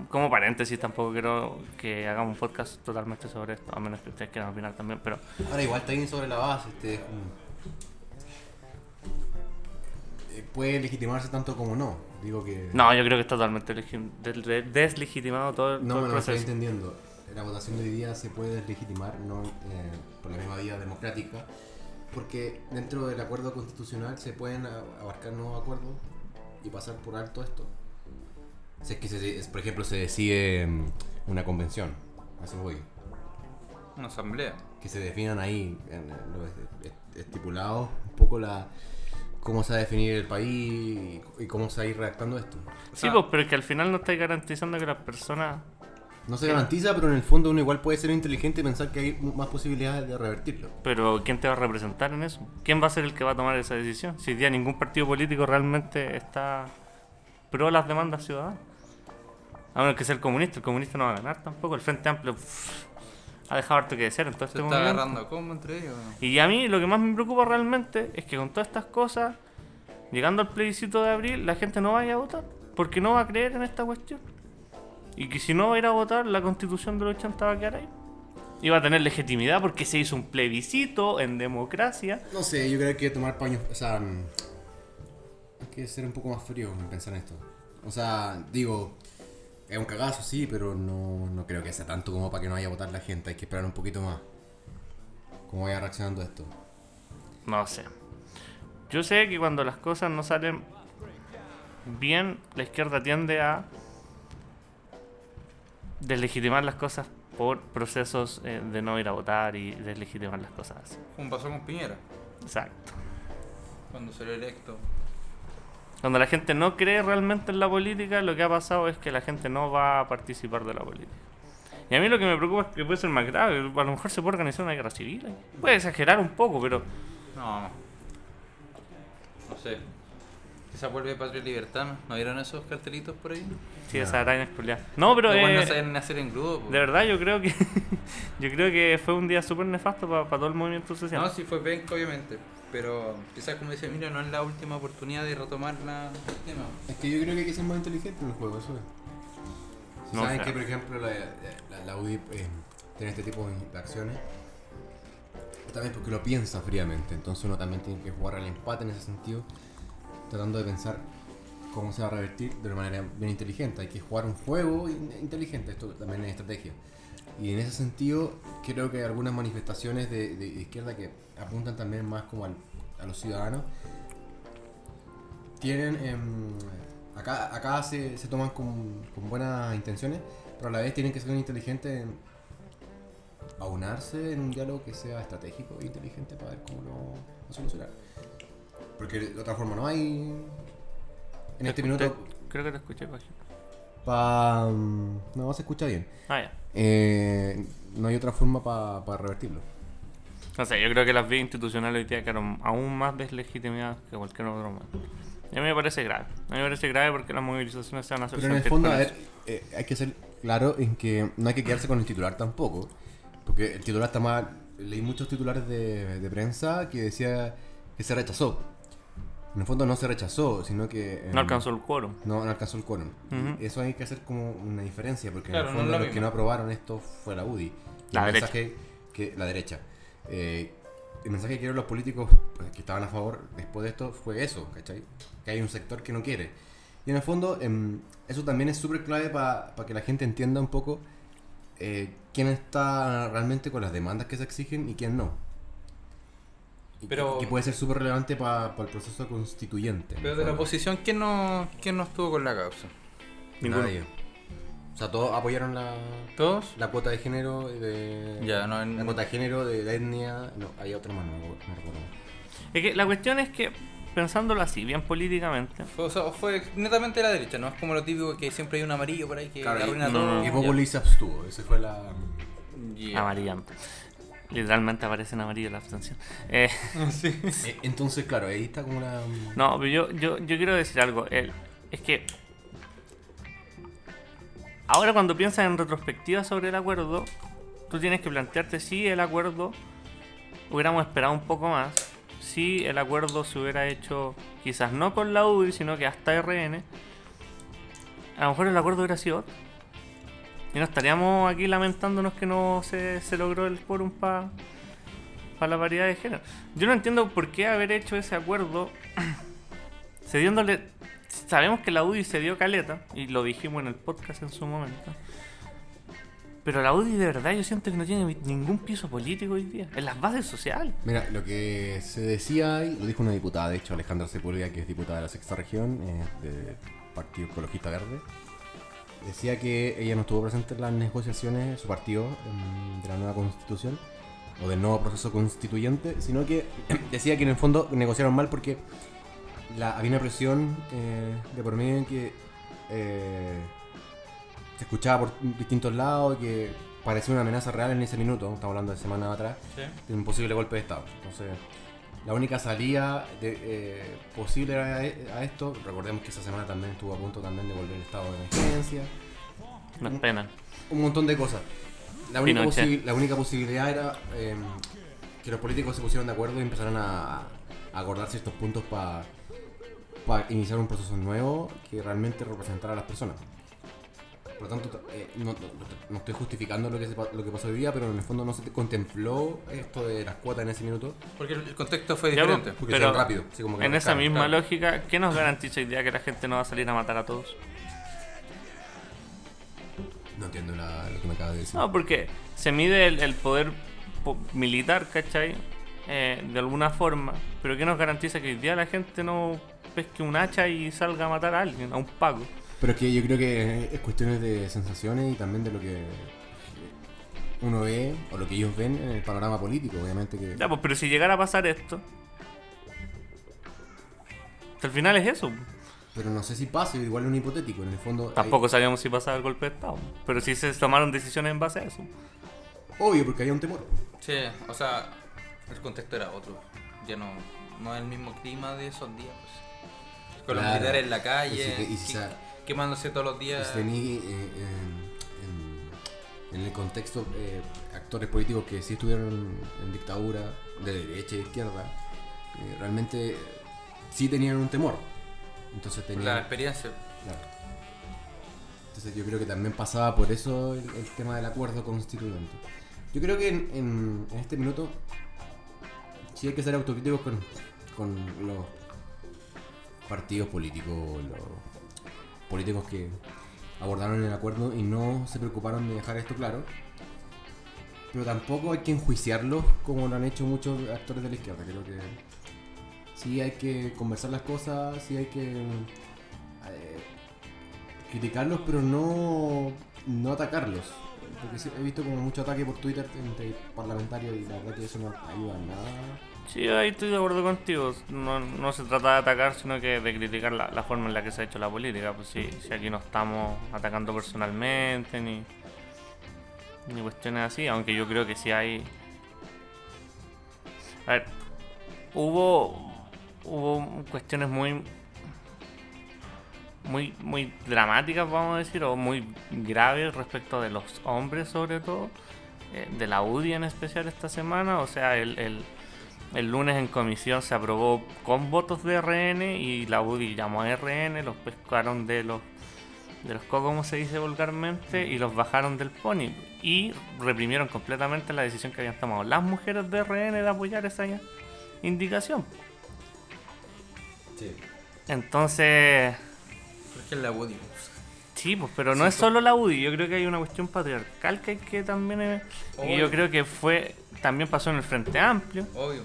[SPEAKER 3] Como paréntesis, tampoco quiero que hagamos un podcast totalmente sobre esto, a menos que ustedes quieran opinar también, pero...
[SPEAKER 1] Ahora igual está bien sobre la base, este es como- Eh, puede legitimarse tanto como no. Digo que
[SPEAKER 3] No, yo creo que está totalmente legi- del- de- deslegitimado todo,
[SPEAKER 1] no
[SPEAKER 3] todo
[SPEAKER 1] me
[SPEAKER 3] el
[SPEAKER 1] lo estoy
[SPEAKER 3] proceso.
[SPEAKER 1] entendiendo. La votación de hoy día se puede deslegitimar no eh, por la misma vía democrática, porque dentro del acuerdo constitucional se pueden a- abarcar nuevos acuerdos y pasar por alto esto. Si es que, se- es- por ejemplo, se decide mm, una convención, a eso voy.
[SPEAKER 2] Una asamblea.
[SPEAKER 1] que se definan ahí, en los estipulados, un poco la cómo se va a definir el país y, y cómo se va a ir redactando esto.
[SPEAKER 3] Sí, pues, pero es que al final no estáis garantizando que las personas...
[SPEAKER 1] No se garantiza, pero en el fondo uno igual puede ser inteligente y pensar que hay mu- más posibilidades de revertirlo.
[SPEAKER 3] Pero ¿quién te va a representar en eso? ¿Quién va a ser el que va a tomar esa decisión? Si hoy día ningún partido político realmente está pro las demandas ciudadanas. A menos que sea el comunista, el comunista no va a ganar tampoco. El Frente Amplio pff, ha dejado harto que desear en todo
[SPEAKER 2] Se
[SPEAKER 3] este
[SPEAKER 2] está
[SPEAKER 3] momento.
[SPEAKER 2] agarrando a combo entre ellos. ¿no?
[SPEAKER 3] Y a mí lo que más me preocupa realmente es que con todas estas cosas, llegando al plebiscito de abril, la gente no vaya a votar porque no va a creer en esta cuestión. Y que si no va a ir a votar, la constitución del 80 va a quedar ahí. Y va a tener legitimidad porque se hizo un plebiscito en democracia.
[SPEAKER 1] No sé, yo creo que hay que tomar paños. O sea, mm, hay que ser un poco más frío en pensar en esto. O sea, digo, es un cagazo, sí, pero no, no creo que sea tanto como para que no vaya a votar la gente. Hay que esperar un poquito más. Cómo vaya reaccionando esto.
[SPEAKER 3] No sé. Yo sé que cuando las cosas no salen bien, la izquierda tiende a deslegitimar las cosas por procesos eh, de no ir a votar y deslegitimar las cosas así.
[SPEAKER 2] Un pasó con Piñera,
[SPEAKER 3] Exacto.
[SPEAKER 2] cuando salió electo.
[SPEAKER 3] Cuando la gente no cree realmente en la política, lo que ha pasado es que la gente no va a participar de la política. Y a mí lo que me preocupa es que puede ser más grave. A lo mejor se puede organizar una guerra civil. ahí. Puede exagerar un poco, pero
[SPEAKER 2] No. No sé. Quizás vuelve Patria y Libertad, ¿no? ¿No vieron esos cartelitos por ahí?
[SPEAKER 3] sí, esa araña es culiá. No, pero
[SPEAKER 2] Los buenos no
[SPEAKER 3] eh,
[SPEAKER 2] saben hacer engrudo. po.
[SPEAKER 3] de verdad yo creo que [laughs] yo creo que fue un día súper nefasto para todo el movimiento social.
[SPEAKER 2] No, sí fue penca, obviamente. Pero quizás, como dice mira, no es la última oportunidad de retomar la el tema.
[SPEAKER 1] Es que yo creo que hay que ser más inteligente en el juego, eso es. Si
[SPEAKER 3] No,
[SPEAKER 1] saben
[SPEAKER 3] o sea-
[SPEAKER 1] que, por ejemplo, la, la, la UDI eh, tiene este tipo de acciones, también porque lo piensa fríamente, entonces uno también tiene que jugar al empate en ese sentido, tratando de pensar cómo se va a revertir de una manera bien inteligente. Hay que jugar un juego in- inteligente, esto también es estrategia. Y en ese sentido, creo que hay algunas manifestaciones de, de izquierda que apuntan también más como al- a los ciudadanos tienen em, acá acá se, se toman con, con buenas intenciones pero a la vez tienen que ser inteligentes en aunarse en un diálogo que sea estratégico e inteligente para ver cómo lo, lo solucionar porque de otra forma no hay en
[SPEAKER 3] Te
[SPEAKER 1] este
[SPEAKER 3] escuché-
[SPEAKER 1] minuto
[SPEAKER 3] Creo que te escuché, Pajito.
[SPEAKER 1] pa- mm, no se escucha bien
[SPEAKER 3] Ah, ya.
[SPEAKER 1] Eh, no hay otra forma para revertirlo
[SPEAKER 3] No sé, yo creo que las vías institucionales hoy día quedaron aún más deslegitimadas que cualquier otro momento. Y a mí me parece grave. A mí me parece grave porque las movilizaciones se van a hacer
[SPEAKER 1] Pero en el
[SPEAKER 3] sentir
[SPEAKER 1] fondo,
[SPEAKER 3] con
[SPEAKER 1] a
[SPEAKER 3] eso.
[SPEAKER 1] ver, eh, hay que ser claro en que no hay que quedarse con el titular tampoco. Porque el titular está mal. Leí muchos titulares de, de prensa que decía que se rechazó. En el fondo no se rechazó, sino que... em,
[SPEAKER 3] No alcanzó el quórum.
[SPEAKER 1] No, no alcanzó el quórum.
[SPEAKER 3] Ujú.
[SPEAKER 1] Eso hay que hacer como una diferencia, porque
[SPEAKER 2] Claro,
[SPEAKER 1] en
[SPEAKER 2] no es
[SPEAKER 1] el fondo
[SPEAKER 2] lo
[SPEAKER 1] los que
[SPEAKER 2] mismo.
[SPEAKER 1] no aprobaron esto fue la UDI. Y
[SPEAKER 3] La
[SPEAKER 1] el
[SPEAKER 3] derecha.
[SPEAKER 1] Mensaje que, la derecha. Eh, el mensaje que dieron los políticos pues, que estaban a favor después de esto fue eso, ¿cachai? Que hay un sector que no quiere. Y en el fondo, em, eso también es súper clave para que la gente entienda un poco eh, quién está realmente con las demandas que se exigen y quién no. Y que-
[SPEAKER 2] Pero-
[SPEAKER 1] que, puede ser súper relevante para el proceso constituyente. en el
[SPEAKER 2] Pero de la
[SPEAKER 1] fondo.
[SPEAKER 2] oposición, ¿quién no, quién no estuvo con la causa?
[SPEAKER 3] Ninguno.
[SPEAKER 1] Nadie. O sea, todos apoyaron la,
[SPEAKER 2] ¿Todos?
[SPEAKER 1] la cuota de género y de.
[SPEAKER 2] Ya, no, en-
[SPEAKER 1] La cuota de género, de la etnia. No, hay otra más, no, me acuerdo- no recuerdo.
[SPEAKER 3] Es que la cuestión es que, pensándolo así, bien políticamente,
[SPEAKER 2] Fue, o sea, fue netamente la derecha, ¿no? Es como lo típico que siempre hay un amarillo por ahí que
[SPEAKER 1] Claro,
[SPEAKER 2] arruina
[SPEAKER 1] y,
[SPEAKER 2] todo.
[SPEAKER 1] y Populi se abstuvo. Esa fue la.
[SPEAKER 3] Ah,
[SPEAKER 2] Ya.
[SPEAKER 3] amarillante. Literalmente aparece en amarillo la abstención. Eh,
[SPEAKER 2] Sí.
[SPEAKER 1] Eh, Entonces, claro, ahí está como la.
[SPEAKER 3] no, pero yo, yo, yo quiero decir algo. El- es que. Ahora, cuando piensas en retrospectiva sobre el acuerdo, tú tienes que plantearte si el acuerdo hubiéramos esperado un poco más, si el acuerdo se hubiera hecho quizás no con la UDI, sino que hasta RN, a lo mejor el acuerdo hubiera sido otro. Y no estaríamos aquí lamentándonos que no se, se logró el quórum para la variedad de género. Yo no entiendo por qué haber hecho ese acuerdo cediéndole... Sabemos que la UDI se dio caleta, y lo dijimos en el podcast en su momento. Pero la UDI de verdad yo siento que no tiene ningún piso político hoy día. En las bases sociales.
[SPEAKER 1] Mira, lo que se decía, y lo dijo una diputada, de hecho, Alejandra Sepúlveda, que es diputada de la sexta región, eh, del Partido Ecologista Verde, decía que ella no estuvo presente en las negociaciones de su partido em, de la nueva constitución o del nuevo proceso constituyente, sino que [clears throat] decía que en el fondo negociaron mal porque la, había una presión eh, de por medio en que eh, se escuchaba por distintos lados y que parecía una amenaza real en ese minuto, estamos hablando de semanas atrás de un posible golpe de Estado. Entonces, la única salida de, eh, posible a, a esto, recordemos que esa semana también estuvo a punto también de volver el estado de emergencia,
[SPEAKER 3] No es pena.
[SPEAKER 1] un montón de cosas. La única,
[SPEAKER 3] Pinochet.
[SPEAKER 1] posi- la única posibilidad era eh, que los políticos se pusieran de acuerdo y empezaran a, a acordar ciertos puntos para iniciar un proceso nuevo que realmente representara a las personas. Por lo tanto, eh, no, no- no estoy justificando lo que, se pa- lo que pasó hoy día, pero en el fondo no se contempló esto de las cuotas en ese minuto.
[SPEAKER 2] Porque el el contexto fue
[SPEAKER 3] Ya,
[SPEAKER 2] diferente.
[SPEAKER 1] Porque
[SPEAKER 3] pero
[SPEAKER 1] se ven rápido, así como que
[SPEAKER 3] en esa
[SPEAKER 1] arrancaron.
[SPEAKER 3] misma
[SPEAKER 2] claro.
[SPEAKER 3] lógica, ¿qué nos garantiza hoy día que la gente no va a salir a matar a todos?
[SPEAKER 1] No entiendo la- lo que me acabas de decir.
[SPEAKER 3] No, porque se mide el, el poder po- militar, ¿cachai? Eh, de alguna forma. Pero ¿qué nos garantiza que hoy día la gente no pesque un hacha y salga a matar a alguien, a un paco?
[SPEAKER 1] Pero es que yo creo que es cuestiones de sensaciones y también de lo que uno ve o lo que ellos ven en el panorama político, obviamente que...
[SPEAKER 3] Ya, pues, pero si llegara a pasar esto... Hasta el final es eso.
[SPEAKER 1] Pero no sé si pasa, igual es un hipotético, en el fondo... hay-
[SPEAKER 3] Tampoco sabíamos si pasaba el golpe de Estado. Pero sí se tomaron decisiones en base a eso.
[SPEAKER 1] Obvio, porque había un temor.
[SPEAKER 2] Sí, o sea, el contexto era otro. Ya no, no es el mismo clima de esos días. pues. Con los
[SPEAKER 1] Claro.
[SPEAKER 2] militares en la
[SPEAKER 1] Y si
[SPEAKER 2] calle,
[SPEAKER 1] te- y si
[SPEAKER 2] que-
[SPEAKER 1] sa-
[SPEAKER 2] quemándose todos los días.
[SPEAKER 1] Pues tení, eh, en, en- en el contexto eh, actores políticos que sí estuvieron en dictadura, de derecha y de izquierda, eh, realmente eh, sí tenían un temor. Entonces tenían...
[SPEAKER 2] La experiencia.
[SPEAKER 1] Claro. Entonces yo creo que también pasaba por eso el, el tema del acuerdo constituyente. Yo creo que en, en- en este minuto sí hay que ser autocríticos con, con los partidos políticos, los políticos que abordaron el acuerdo y no se preocuparon de dejar esto claro. Pero tampoco hay que enjuiciarlos como lo han hecho muchos actores de la izquierda. Creo que sí hay que conversar las cosas, sí hay que eh, criticarlos, pero no, no atacarlos. Porque sí, he visto como mucho ataque por Twitter entre parlamentarios y la verdad que eso no ayuda a nada.
[SPEAKER 3] Sí, ahí estoy de acuerdo contigo. No, no se trata de atacar, sino que de criticar la, la forma en la que se ha hecho la política. Pues sí, si aquí no estamos atacando personalmente ni, ni cuestiones así, aunque yo creo que sí hay. A ver, hubo hubo cuestiones muy muy muy dramáticas, vamos a decir, o muy graves respecto de los hombres, sobre todo, eh, de la UDI en especial esta semana. O sea, el, el- el lunes en comisión se aprobó con votos de RN y la UDI llamó a RN, los pescaron de los de los co como se dice vulgarmente y los bajaron del pony y reprimieron completamente la decisión que habían tomado las mujeres de RN de apoyar esa indicación.
[SPEAKER 1] Sí.
[SPEAKER 3] Entonces,
[SPEAKER 2] Pero es que es la UDI.
[SPEAKER 3] sí, pues, pero no es solo la UDI, yo creo que hay una cuestión patriarcal que, hay que también es- y
[SPEAKER 2] Obvio.
[SPEAKER 3] yo creo que fue también pasó en el Frente Amplio,
[SPEAKER 2] Obvio.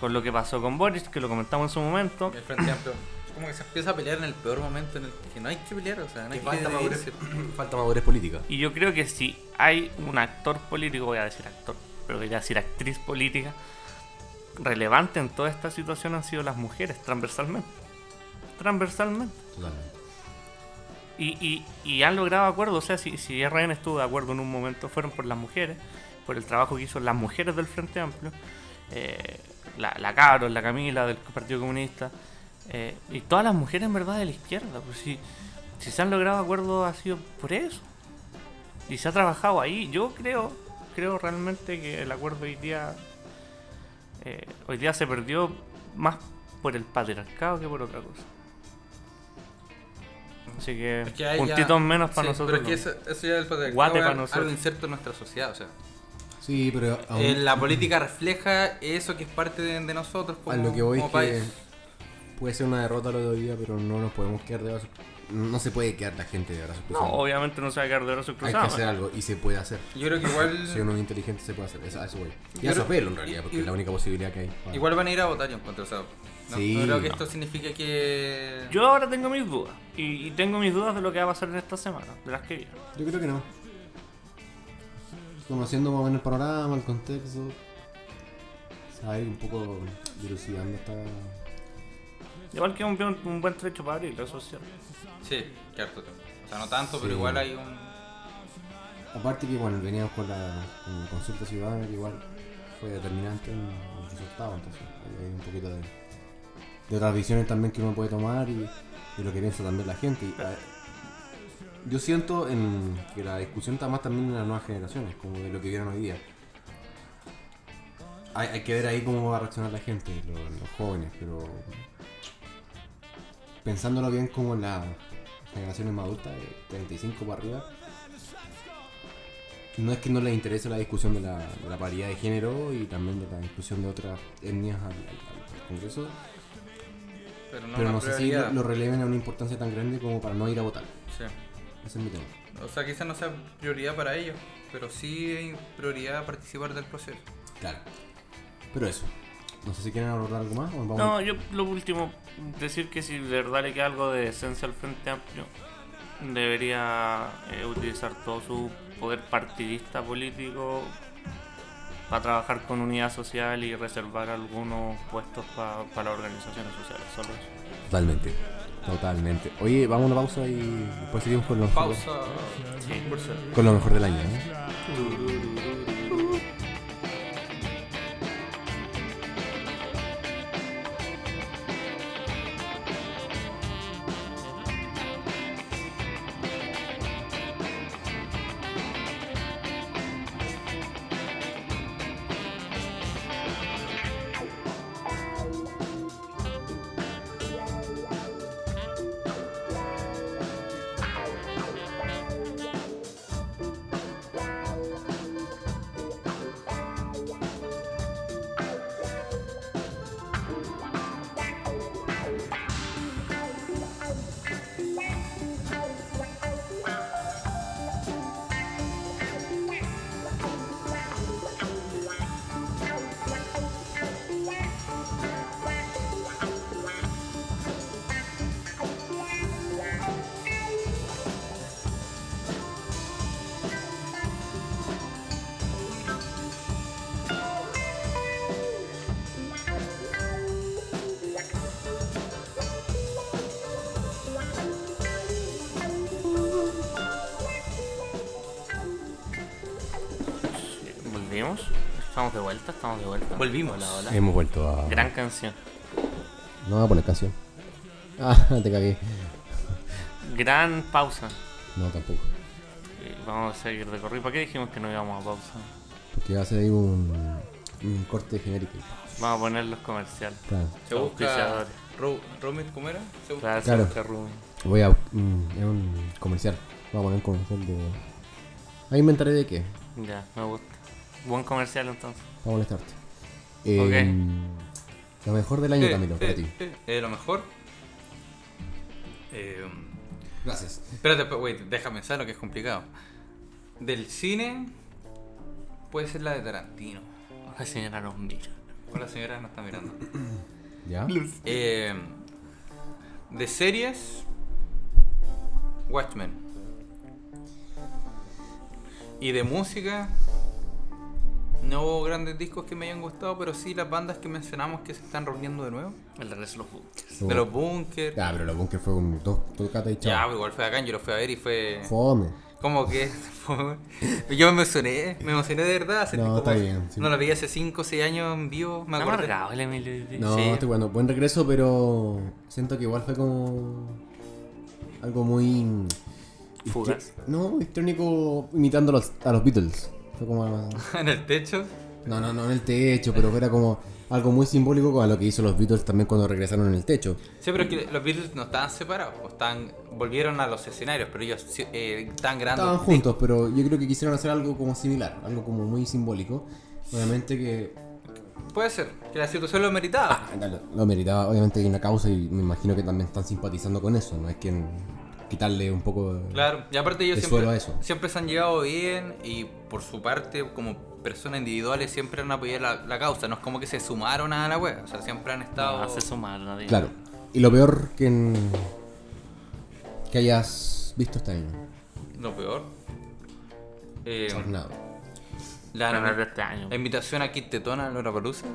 [SPEAKER 3] con lo que pasó con Boris, que lo comentamos en su momento.
[SPEAKER 2] El Frente Amplio. Como que se empieza a pelear en el peor momento en el que no hay que pelear, o sea, no hay que
[SPEAKER 1] falta madurez,
[SPEAKER 2] dividirse.
[SPEAKER 1] falta madurez política.
[SPEAKER 3] Y yo creo que si hay un actor político, voy a decir actor, pero quería decir actriz política, relevante en toda esta situación han sido las mujeres, transversalmente. Transversalmente.
[SPEAKER 1] Totalmente.
[SPEAKER 3] Y, y- y han logrado acuerdos, o sea, si, si RN estuvo de acuerdo en un momento, fueron por las mujeres, por el trabajo que hizo las mujeres del Frente Amplio, eh, la, la Cabros, la Camila del Partido Comunista, eh, y todas las mujeres en verdad de la izquierda, pues si, si se han logrado acuerdos ha sido por eso, y se ha trabajado ahí, yo creo, creo realmente que el acuerdo hoy día, eh, hoy día se perdió más por el patriarcado que por otra cosa. Así que,
[SPEAKER 2] Es que ahí ya-
[SPEAKER 3] puntitos menos para
[SPEAKER 2] Sí,
[SPEAKER 3] nosotros.
[SPEAKER 2] Pero es que eso, eso ya es el patriarcado,
[SPEAKER 3] Guate para
[SPEAKER 2] algo
[SPEAKER 3] nosotros.
[SPEAKER 2] inserto en nuestra sociedad, o sea.
[SPEAKER 1] Sí, pero aún-
[SPEAKER 2] Eh, la política refleja eso que es parte de, de nosotros como,
[SPEAKER 1] a lo que voy es
[SPEAKER 2] como
[SPEAKER 1] que
[SPEAKER 2] país.
[SPEAKER 1] puede ser una derrota lo de hoy día, pero no nos podemos quedar de brazos. No se puede quedar la gente de brazos
[SPEAKER 3] No,
[SPEAKER 1] cruzados.
[SPEAKER 3] obviamente no se va a quedar de brazos
[SPEAKER 1] Hay que
[SPEAKER 3] cruzados.
[SPEAKER 1] hacer algo y se puede hacer.
[SPEAKER 2] Yo creo que igual
[SPEAKER 1] [laughs] Si uno es inteligente se puede hacer. Eso, a eso voy. Y
[SPEAKER 2] Yo
[SPEAKER 1] a
[SPEAKER 2] creo-
[SPEAKER 1] su pelo en realidad, porque
[SPEAKER 2] y-
[SPEAKER 1] es la única posibilidad que hay. Vale.
[SPEAKER 2] igual van a ir a votar yo encuentro, o sea, no,
[SPEAKER 1] Sí,
[SPEAKER 2] no creo que
[SPEAKER 1] no.
[SPEAKER 2] esto signifique que
[SPEAKER 3] Yo ahora tengo mis dudas. Y, y tengo mis dudas de lo que va a pasar en esta semana, de las que vienen.
[SPEAKER 1] Yo creo que no. Conociendo más o menos el panorama, el contexto, se va a ir un poco dilucidando esta.
[SPEAKER 3] Igual que un, buen- un buen trecho para abrir, eso es cierto.
[SPEAKER 2] sí, que harto tiempo. O sea, no tanto, pero
[SPEAKER 1] Sí.
[SPEAKER 2] igual hay un
[SPEAKER 1] Aparte que, bueno, veníamos con la con la consulta ciudadana que igual fue determinante en el resultado, entonces ahí hay un poquito de, de otras visiones también que uno puede tomar y, y lo que piensa también la gente. Y, a- yo siento en, que la discusión está más también en las nuevas generaciones, como de lo que vieron hoy día. Hay, hay que ver ahí cómo va a reaccionar la gente, lo- los, jóvenes, pero pensándolo bien como en las generaciones más adultas, de 35 para arriba, no es que no les interese la discusión de la, de la paridad de género y también de la inclusión de otras etnias al, al- al Congreso,
[SPEAKER 2] Pero no,
[SPEAKER 1] pero
[SPEAKER 2] una
[SPEAKER 1] no sé si lo,
[SPEAKER 2] prioridad.
[SPEAKER 1] lo releven a una importancia tan grande como para no ir a votar.
[SPEAKER 2] Sí.
[SPEAKER 1] Ese es mi tema.
[SPEAKER 2] O sea, quizás no sea prioridad para ellos, pero sí es prioridad participar del proceso.
[SPEAKER 1] Claro. Pero eso. No sé si quieren abordar algo más o vamos
[SPEAKER 3] No, yo lo último, decir que si de verdad le queda algo de esencia al Frente Amplio, debería eh, utilizar todo su poder partidista político para trabajar con unidad social y reservar algunos puestos para las organizaciones sociales. Solo eso.
[SPEAKER 1] Totalmente. Totalmente. Oye, vamos a una pausa y después seguimos con lo mejor,
[SPEAKER 2] Pausa.
[SPEAKER 1] con lo mejor del año. ¿eh?
[SPEAKER 3] Sí, Volvimos. Estamos de vuelta, estamos de vuelta.
[SPEAKER 2] Volvimos.
[SPEAKER 3] Hola, hola.
[SPEAKER 1] Hemos vuelto a.
[SPEAKER 3] Gran canción.
[SPEAKER 1] No voy a poner canción. Ah, [laughs] te cagué.
[SPEAKER 3] Gran pausa.
[SPEAKER 1] No, tampoco.
[SPEAKER 3] Eh, Vamos a seguir de corrido. ¿Para qué dijimos que no íbamos a pausa?
[SPEAKER 1] Porque va a ser ahí un, un corte genérico.
[SPEAKER 3] Vamos a poner los comerciales.
[SPEAKER 1] Claro.
[SPEAKER 2] Se
[SPEAKER 3] Los
[SPEAKER 2] busca.
[SPEAKER 3] auspiciadores.
[SPEAKER 2] Ro- Romet, ¿cómo era? Se busca.
[SPEAKER 3] Gracias,
[SPEAKER 1] Claro.
[SPEAKER 3] Oscar Rubin.
[SPEAKER 1] Voy a. mm, es un comercial. Voy a poner un comercial de. Ahí inventaré de qué.
[SPEAKER 3] Ya, me gusta. Buen comercial entonces.
[SPEAKER 1] Para molestarte. Em, Lo mejor del año,
[SPEAKER 2] Eh,
[SPEAKER 1] Camilo, para
[SPEAKER 2] eh,
[SPEAKER 1] ti.
[SPEAKER 2] eh, eh, lo mejor. Eh,
[SPEAKER 1] Gracias.
[SPEAKER 2] espérate, pe- wait, déjame pensar lo que es complicado. Del cine puede ser la de Tarantino.
[SPEAKER 3] La señora nos mira.
[SPEAKER 2] Ahora la señora no está mirando.
[SPEAKER 1] ¿Ya?
[SPEAKER 2] Eh, de series, Watchmen. Y de música, no hubo grandes discos que me hayan gustado, pero sí las bandas que mencionamos que se están reuniendo de nuevo.
[SPEAKER 3] El regreso de los bunkers.
[SPEAKER 2] De los Bunkers.
[SPEAKER 1] Ya, Ah, pero los bunkers fue un dos tocatas y
[SPEAKER 2] Ya,
[SPEAKER 1] chao.
[SPEAKER 2] igual fue acá, yo lo fui a ver y fue.
[SPEAKER 1] Fome.
[SPEAKER 2] Como que. [laughs] fue- yo me emocioné, me emocioné de verdad. sentí
[SPEAKER 1] No,
[SPEAKER 2] como-
[SPEAKER 1] está bien, sí.
[SPEAKER 2] No lo vi hace 5 o 6 años en vivo, me
[SPEAKER 3] Está
[SPEAKER 2] acordé.
[SPEAKER 3] amargado el Emilio. hoy día.
[SPEAKER 1] No,
[SPEAKER 2] Sí.
[SPEAKER 1] estoy bueno. Buen regreso, pero siento que igual fue como. Algo muy.
[SPEAKER 3] Fugaz.
[SPEAKER 1] No, histrónico imitando a los, a los Beatles. Fue como.
[SPEAKER 2] [laughs] en el techo.
[SPEAKER 1] No, no, no en el techo, pero era como algo muy simbólico a lo que hizo los Beatles también cuando regresaron en el techo.
[SPEAKER 2] Sí, pero es que los Beatles no estaban separados, pues, estaban, volvieron a los escenarios, pero ellos sí, eh, estaban grabando.
[SPEAKER 1] Estaban juntos, pero yo creo que quisieron hacer algo como similar, algo como muy simbólico. Obviamente que
[SPEAKER 2] Puede ser, que la situación lo meritaba.
[SPEAKER 1] Ah, dale, Lo meritaba, obviamente hay una causa y me imagino que también están simpatizando con eso, no es que quitarle un poco de-
[SPEAKER 2] Claro, y aparte ellos
[SPEAKER 1] De
[SPEAKER 2] siempre,
[SPEAKER 1] suelo a eso.
[SPEAKER 2] siempre se han llevado bien y por su parte, como personas individuales, siempre han apoyado la, la causa. No es como que se sumaron a la wea, o sea, siempre han estado.
[SPEAKER 3] Hace sumar, nadie.
[SPEAKER 1] Claro. Y lo peor que en- que hayas visto este año.
[SPEAKER 2] Lo peor. Eh,
[SPEAKER 1] Tornado.
[SPEAKER 2] la
[SPEAKER 3] Pero no es de
[SPEAKER 2] nomi-
[SPEAKER 3] este año.
[SPEAKER 2] la invitación a Kit Tetona, Lora Palusa.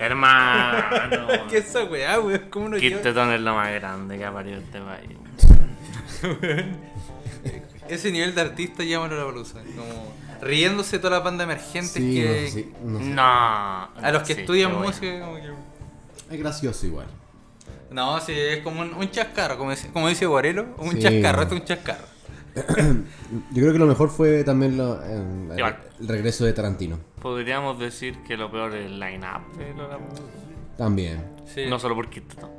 [SPEAKER 3] Hermano.
[SPEAKER 2] [laughs] ¿Qué es esa weá, weón? ¿Cómo no lleva-
[SPEAKER 3] Quintetón es lo más grande que ha parido este país.
[SPEAKER 2] Ese nivel de artista llama Lora Palusa. Como riéndose toda la banda emergente
[SPEAKER 1] Sí,
[SPEAKER 2] que.
[SPEAKER 1] no sé, sí, no sé.
[SPEAKER 3] No.
[SPEAKER 2] A los que
[SPEAKER 3] sí,
[SPEAKER 2] estudian
[SPEAKER 3] qué bueno.
[SPEAKER 2] música, como que...
[SPEAKER 1] Es gracioso igual.
[SPEAKER 2] No, sí, es como un, un chascarro, como dice, como dice Guarelo, un
[SPEAKER 1] Sí.
[SPEAKER 2] chascarro, esto es un chascarro.
[SPEAKER 1] Yo creo que lo mejor fue también lo- eh, el,
[SPEAKER 3] Igual.
[SPEAKER 1] regreso de Tarantino.
[SPEAKER 3] Podríamos decir que lo peor es el line-up de Lola Bunge.
[SPEAKER 1] También.
[SPEAKER 2] Sí,
[SPEAKER 3] No solo por Quintetón.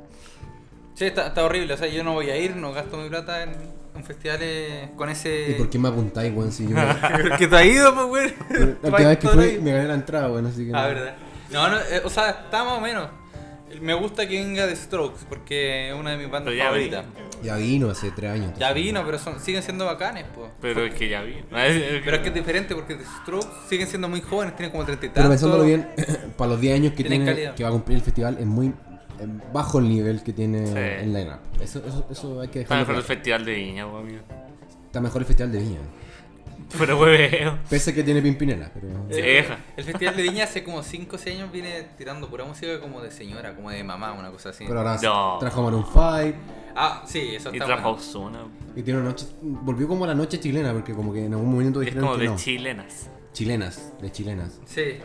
[SPEAKER 2] Sí, está, está horrible, o sea, yo no voy a ir, no gasto mi plata en, en un festival eh, con
[SPEAKER 1] ¿Y
[SPEAKER 2] ese.
[SPEAKER 1] por qué me apuntáis, weón? Si yo. La
[SPEAKER 2] [laughs] Porque [laughs] te ha ido, pues, güey.
[SPEAKER 1] última vez que fui me gané la entrada, weón, así que.
[SPEAKER 2] Ah,
[SPEAKER 1] no.
[SPEAKER 2] verdad. No, no, eh, o sea, está más o menos. Me gusta que venga The Strokes porque es una de mis bandas
[SPEAKER 3] Pero ya
[SPEAKER 2] favoritas.
[SPEAKER 1] Ya vino hace tres años.
[SPEAKER 2] Ya
[SPEAKER 1] entonces.
[SPEAKER 2] vino, pero son, siguen siendo bacanes, pues.
[SPEAKER 3] Pero es que
[SPEAKER 2] [laughs]
[SPEAKER 3] ya vi.
[SPEAKER 2] Pero es que es diferente porque The Strokes siguen siendo muy jóvenes, tienen como 30 y
[SPEAKER 1] Pero
[SPEAKER 2] tantos.
[SPEAKER 1] pensándolo bien, [coughs] para los 10 años que,
[SPEAKER 2] Tienen
[SPEAKER 1] tiene,
[SPEAKER 2] calidad.
[SPEAKER 1] que va a cumplir el festival, es muy es bajo el nivel que tiene
[SPEAKER 3] Sí.
[SPEAKER 1] el lineup. Eso, eso, eso hay que
[SPEAKER 3] Está
[SPEAKER 1] dejarlo.
[SPEAKER 3] mejor el
[SPEAKER 1] claro.
[SPEAKER 3] festival de Viña, weón. amigo.
[SPEAKER 1] Está mejor el festival de Viña.
[SPEAKER 3] Pero hueveo.
[SPEAKER 1] Pese a que tiene Pimpinela, pero.
[SPEAKER 3] Sí.
[SPEAKER 2] Eh, El Festival de Viña hace como 5 o 6 años viene tirando pura música como de señora, como de mamá, una cosa así.
[SPEAKER 1] Pero ahora
[SPEAKER 3] No.
[SPEAKER 1] trajo a Maroon 5
[SPEAKER 2] Ah, sí, eso
[SPEAKER 3] Y
[SPEAKER 2] está
[SPEAKER 3] trajo a
[SPEAKER 2] bueno.
[SPEAKER 3] Ozuna. weón.
[SPEAKER 1] y tiene una noche. Volvió como a la noche chilena, porque como que en algún momento
[SPEAKER 3] Es
[SPEAKER 1] dijeron
[SPEAKER 3] como
[SPEAKER 1] que
[SPEAKER 3] de
[SPEAKER 1] no.
[SPEAKER 3] chilenas.
[SPEAKER 1] Chilenas, de chilenas. Eh,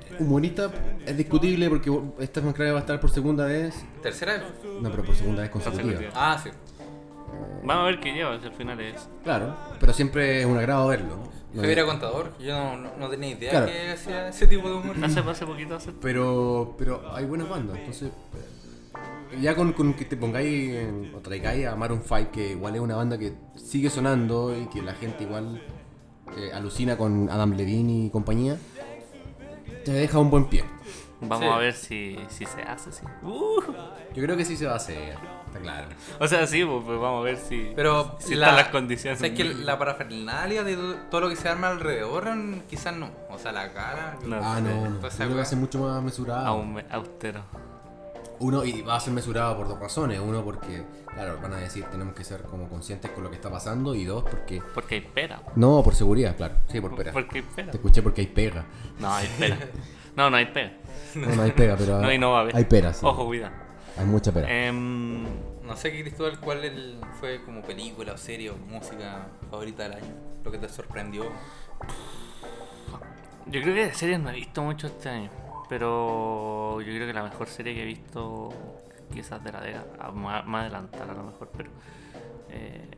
[SPEAKER 2] Sí,
[SPEAKER 1] Humorista es discutible porque esta mezcla va a estar por segunda vez.
[SPEAKER 2] tercera vez.
[SPEAKER 1] No, pero por segunda vez consecutiva.
[SPEAKER 3] Consecutiva.
[SPEAKER 2] Ah, sí.
[SPEAKER 3] Vamos a ver qué lleva, si al final es.
[SPEAKER 1] Claro, pero siempre es un agrado verlo. ¿no?
[SPEAKER 2] Javier era contador, yo no, no, no tenía idea
[SPEAKER 1] Claro.
[SPEAKER 2] que hacía ese tipo de humor.
[SPEAKER 3] Hace, hace poquito hace.
[SPEAKER 1] Pero, pero hay buenas bandas, entonces. eh, Ya con, con que te pongáis en- o traigáis a Maroon 5, que igual es una banda que sigue sonando y que la gente igual eh, alucina con Adam Levine y compañía, te deja un buen pie.
[SPEAKER 3] Vamos
[SPEAKER 2] Sí.
[SPEAKER 3] a ver si, si se hace, sí. Uh.
[SPEAKER 1] Yo creo que sí se va a hacer, está claro.
[SPEAKER 3] O sea, sí, pues pues vamos a ver si,
[SPEAKER 2] Pero
[SPEAKER 3] si están las condiciones.
[SPEAKER 2] ¿Sabes que la parafernalia de to- todo lo que se arma alrededor mm, quizás no? O sea, la cara.
[SPEAKER 3] No.
[SPEAKER 1] Ah, no, no. Yo
[SPEAKER 2] Entonces,
[SPEAKER 1] creo que va a
[SPEAKER 2] weón.
[SPEAKER 1] ser mucho más mesurado.
[SPEAKER 3] Aún me- austero.
[SPEAKER 1] Uno, y va a ser mesurado por dos razones. Uno, porque, claro, van a decir tenemos que ser como conscientes con lo que está pasando. Y dos, porque.
[SPEAKER 3] Porque hay pera. weón.
[SPEAKER 1] No, por seguridad, claro. Sí, por pera.
[SPEAKER 3] Porque hay
[SPEAKER 1] Te
[SPEAKER 3] pera.
[SPEAKER 1] escuché porque hay
[SPEAKER 3] [laughs]
[SPEAKER 1] pega.
[SPEAKER 3] No, hay
[SPEAKER 1] [laughs]
[SPEAKER 3] pera. No, no hay pera.
[SPEAKER 1] No, no hay pega, pero.
[SPEAKER 3] No, y no Oh. va a haber.
[SPEAKER 1] Ah, Hay pera, sí.
[SPEAKER 3] Ojo, cuidado.
[SPEAKER 1] Hay mucha pera.
[SPEAKER 3] Em,
[SPEAKER 2] No sé, Cristóbal, cuál el- fue como película o serie o música favorita del año. Lo que te sorprendió.
[SPEAKER 3] yo creo que de series no he visto mucho este año. Pero yo creo que la mejor serie que he visto, quizás de la década, ah, más más adelantada a lo mejor, pero. eh,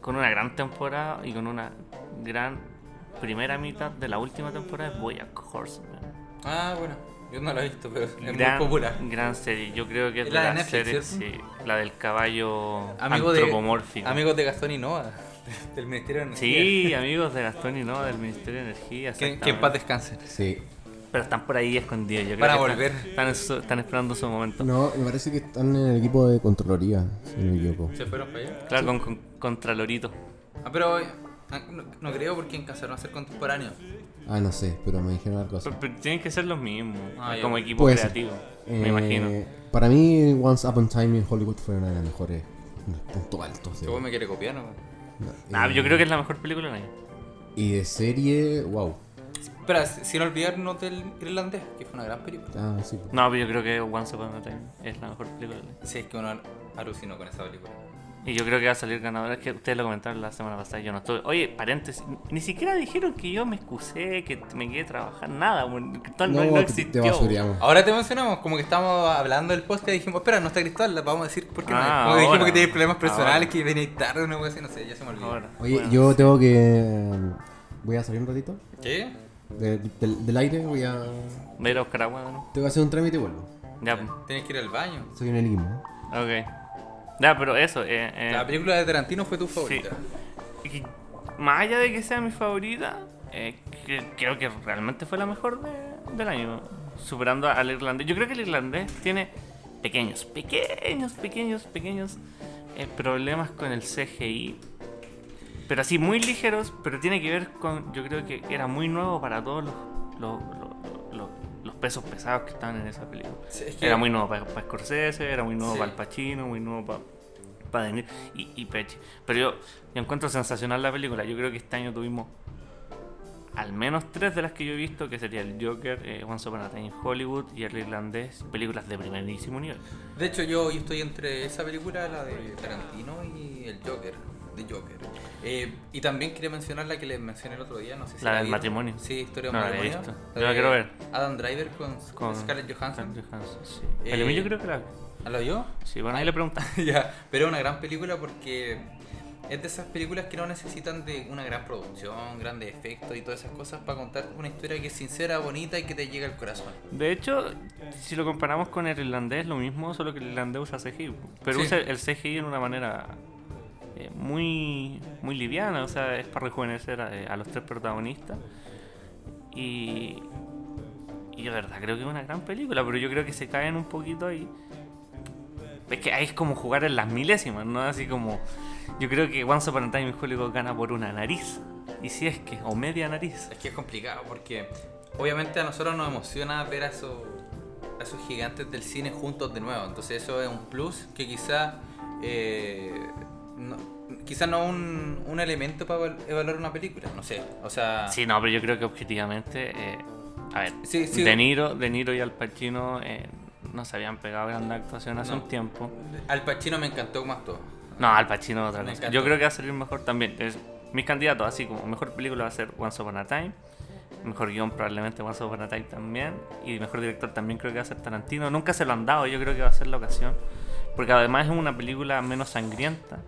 [SPEAKER 3] con una gran temporada y con una gran primera mitad de la última temporada es Boyack Horseman.
[SPEAKER 2] Ah, bueno, yo no la he visto, pero es
[SPEAKER 3] gran,
[SPEAKER 2] muy popular.
[SPEAKER 3] Gran serie, yo creo que es
[SPEAKER 2] Es
[SPEAKER 3] de
[SPEAKER 2] la de
[SPEAKER 3] las
[SPEAKER 2] Netflix,
[SPEAKER 3] series, sí, la del caballo
[SPEAKER 2] Amigo de-
[SPEAKER 3] antropomórfico.
[SPEAKER 2] Amigos de Gastón y Nova, [laughs] del Ministerio de Energía.
[SPEAKER 3] Sí, amigos de Gastón y no, del Ministerio de Energía.
[SPEAKER 2] Que, que en
[SPEAKER 3] exactamente.
[SPEAKER 2] paz descansen.
[SPEAKER 1] Sí.
[SPEAKER 3] Pero están por ahí escondidos, yo creo.
[SPEAKER 2] Van a
[SPEAKER 3] que están-
[SPEAKER 2] volver.
[SPEAKER 3] Están, en su- están esperando su momento.
[SPEAKER 1] No, me parece que están en el equipo de Contraloría, si no me equivoco.
[SPEAKER 2] ¿Se fueron para allá?
[SPEAKER 3] Claro, con, con Contralorito.
[SPEAKER 2] Ah, pero eh, no, no creo porque alcanzaron a ser contemporáneos.
[SPEAKER 1] Ah, no sé, pero me dijeron algo así.
[SPEAKER 3] Pero, pero tienen que ser los mismos,
[SPEAKER 2] Ah, ya.
[SPEAKER 3] como equipo
[SPEAKER 1] Puede ser.
[SPEAKER 3] creativo,
[SPEAKER 1] Eh,
[SPEAKER 3] me imagino.
[SPEAKER 1] Para mí, Once Upon a Time in Hollywood fue una de las mejores. Unos puntos altos.
[SPEAKER 2] Si
[SPEAKER 1] de-
[SPEAKER 2] vos me quieres copiar, ¿no?
[SPEAKER 1] No,
[SPEAKER 3] Ah,
[SPEAKER 1] eh,
[SPEAKER 3] yo creo que es la mejor película del año.
[SPEAKER 1] Y de serie, wow.
[SPEAKER 2] Espera, si- sin olvidarnos del irlandés, que fue una gran película.
[SPEAKER 1] Ah, sí.
[SPEAKER 3] No, pero yo creo que Once Upon a Time es la mejor película del año.
[SPEAKER 2] Sí, es que uno alucinó con esa película.
[SPEAKER 3] Y yo creo que va a salir ganadora. Es que ustedes lo comentaron la semana pasada. Yo no estuve. Oye, paréntesis. Ni siquiera dijeron que yo me excusé, que me quedé trabajar. Nada, bueno, que todo no, no
[SPEAKER 1] te- te
[SPEAKER 3] existió.
[SPEAKER 1] basureamos.
[SPEAKER 2] Ahora te mencionamos, como que estábamos hablando del podcast y dijimos, espera, no está Cristal, la vamos a decir porque
[SPEAKER 3] Ah,
[SPEAKER 2] no. Como que dijimos
[SPEAKER 3] ahora.
[SPEAKER 2] que tenía problemas personales,
[SPEAKER 3] Ahora.
[SPEAKER 2] que venía tarde, una cosa así, no sé, ya se me olvidó.
[SPEAKER 3] Ahora,
[SPEAKER 1] Oye,
[SPEAKER 3] bueno,
[SPEAKER 1] yo tengo que. um, Voy a salir un ratito
[SPEAKER 2] ¿Qué?
[SPEAKER 1] de- del, del aire, voy a.
[SPEAKER 3] Voy a ir a buscar agua, ¿no?
[SPEAKER 1] Tengo que hacer un trámite y vuelvo.
[SPEAKER 3] Ya, pues,
[SPEAKER 2] Tienes que ir al baño.
[SPEAKER 1] Soy un enigma.
[SPEAKER 3] ok. Ya, pero eso. eh, eh,
[SPEAKER 2] La película de Tarantino fue tu favorita.
[SPEAKER 3] y más allá de que sea mi favorita, eh, cre- creo que realmente fue la mejor de- del año, superando al irlandés. Yo creo que el irlandés tiene pequeños, pequeños, pequeños, pequeños eh, problemas con el CGI. Pero así muy ligeros, pero tiene que ver con, yo creo que era muy nuevo para todos los, los- los- los- los pesos pesados que estaban en esa película.
[SPEAKER 2] Sí, es que-
[SPEAKER 3] Era muy nuevo para Scorsese, era muy nuevo
[SPEAKER 2] Sí.
[SPEAKER 3] para el Pacino, muy nuevo para para Denis y, y Peche. Pero yo, yo encuentro sensacional la película. Yo creo que este año tuvimos al menos tres de las que yo he visto, que sería el Joker, eh, Once Upon a Time in Hollywood y el irlandés, películas de primerísimo nivel.
[SPEAKER 2] De hecho, yo, yo estoy entre esa película, la de Tarantino y el Joker, de Joker. Eh, y también quería mencionar la que les mencioné el otro día, no sé si
[SPEAKER 3] La del
[SPEAKER 2] vieron.
[SPEAKER 3] matrimonio.
[SPEAKER 2] Sí, historia de
[SPEAKER 3] No
[SPEAKER 2] un
[SPEAKER 3] la he
[SPEAKER 2] matrimonio.
[SPEAKER 3] visto. Yo la
[SPEAKER 2] de
[SPEAKER 3] quiero ver.
[SPEAKER 2] Adam Driver con, Scarlett Johansson.
[SPEAKER 3] Scarlett Johansson, sí.
[SPEAKER 2] Eh,
[SPEAKER 3] Pero a mí yo creo que la...
[SPEAKER 2] ¿Ah, ¿Lo yo?
[SPEAKER 3] Sí, bueno, ahí le preguntan.
[SPEAKER 2] [laughs] ya, pero es una gran película porque es de esas películas que no necesitan de una gran producción, grandes efectos y todas esas cosas para contar una historia que es sincera, bonita y que te llega al corazón.
[SPEAKER 3] De hecho, si lo comparamos con el irlandés, lo mismo, solo que el irlandés usa CGI. Pero
[SPEAKER 2] Sí.
[SPEAKER 3] usa el CGI en una manera eh, eh, muy, muy liviana, o sea, es para rejuvenecer a, eh, a los tres protagonistas. Y, y de verdad, creo que es una gran película, pero yo creo que se caen un poquito ahí. Es que ahí es como jugar en las milésimas, ¿no? Así como. Yo creo que Once Upon a Time in Hollywood gana por una nariz. Y si es que, o media nariz.
[SPEAKER 2] Es que es complicado porque obviamente a nosotros nos emociona ver a esos, a esos gigantes del cine juntos de nuevo. Entonces eso es un plus que quizá eh, no, quizá no un, un elemento para eval- evaluar una película. No sé. O sea,
[SPEAKER 3] Sí, no, pero yo creo que objetivamente. eh, a ver,
[SPEAKER 2] Ah. Sí, sí.
[SPEAKER 3] De, Niro, de Niro y Al Pacino eh, no se habían pegado grande actuación hace
[SPEAKER 2] No.
[SPEAKER 3] un tiempo.
[SPEAKER 2] Al Pacino me encantó como actuó.
[SPEAKER 3] No, Al Pacino otra
[SPEAKER 2] Me
[SPEAKER 3] cosa.
[SPEAKER 2] encantó.
[SPEAKER 3] Yo creo que va a salir mejor también. Es- mis candidatos, así como mejor película va a ser Once Upon a Time. Mejor guión probablemente Once Upon a Time también. Y mejor director también creo que va a ser Tarantino. Nunca se lo han dado, yo creo que va a ser la ocasión. Porque además es una película menos sangrienta.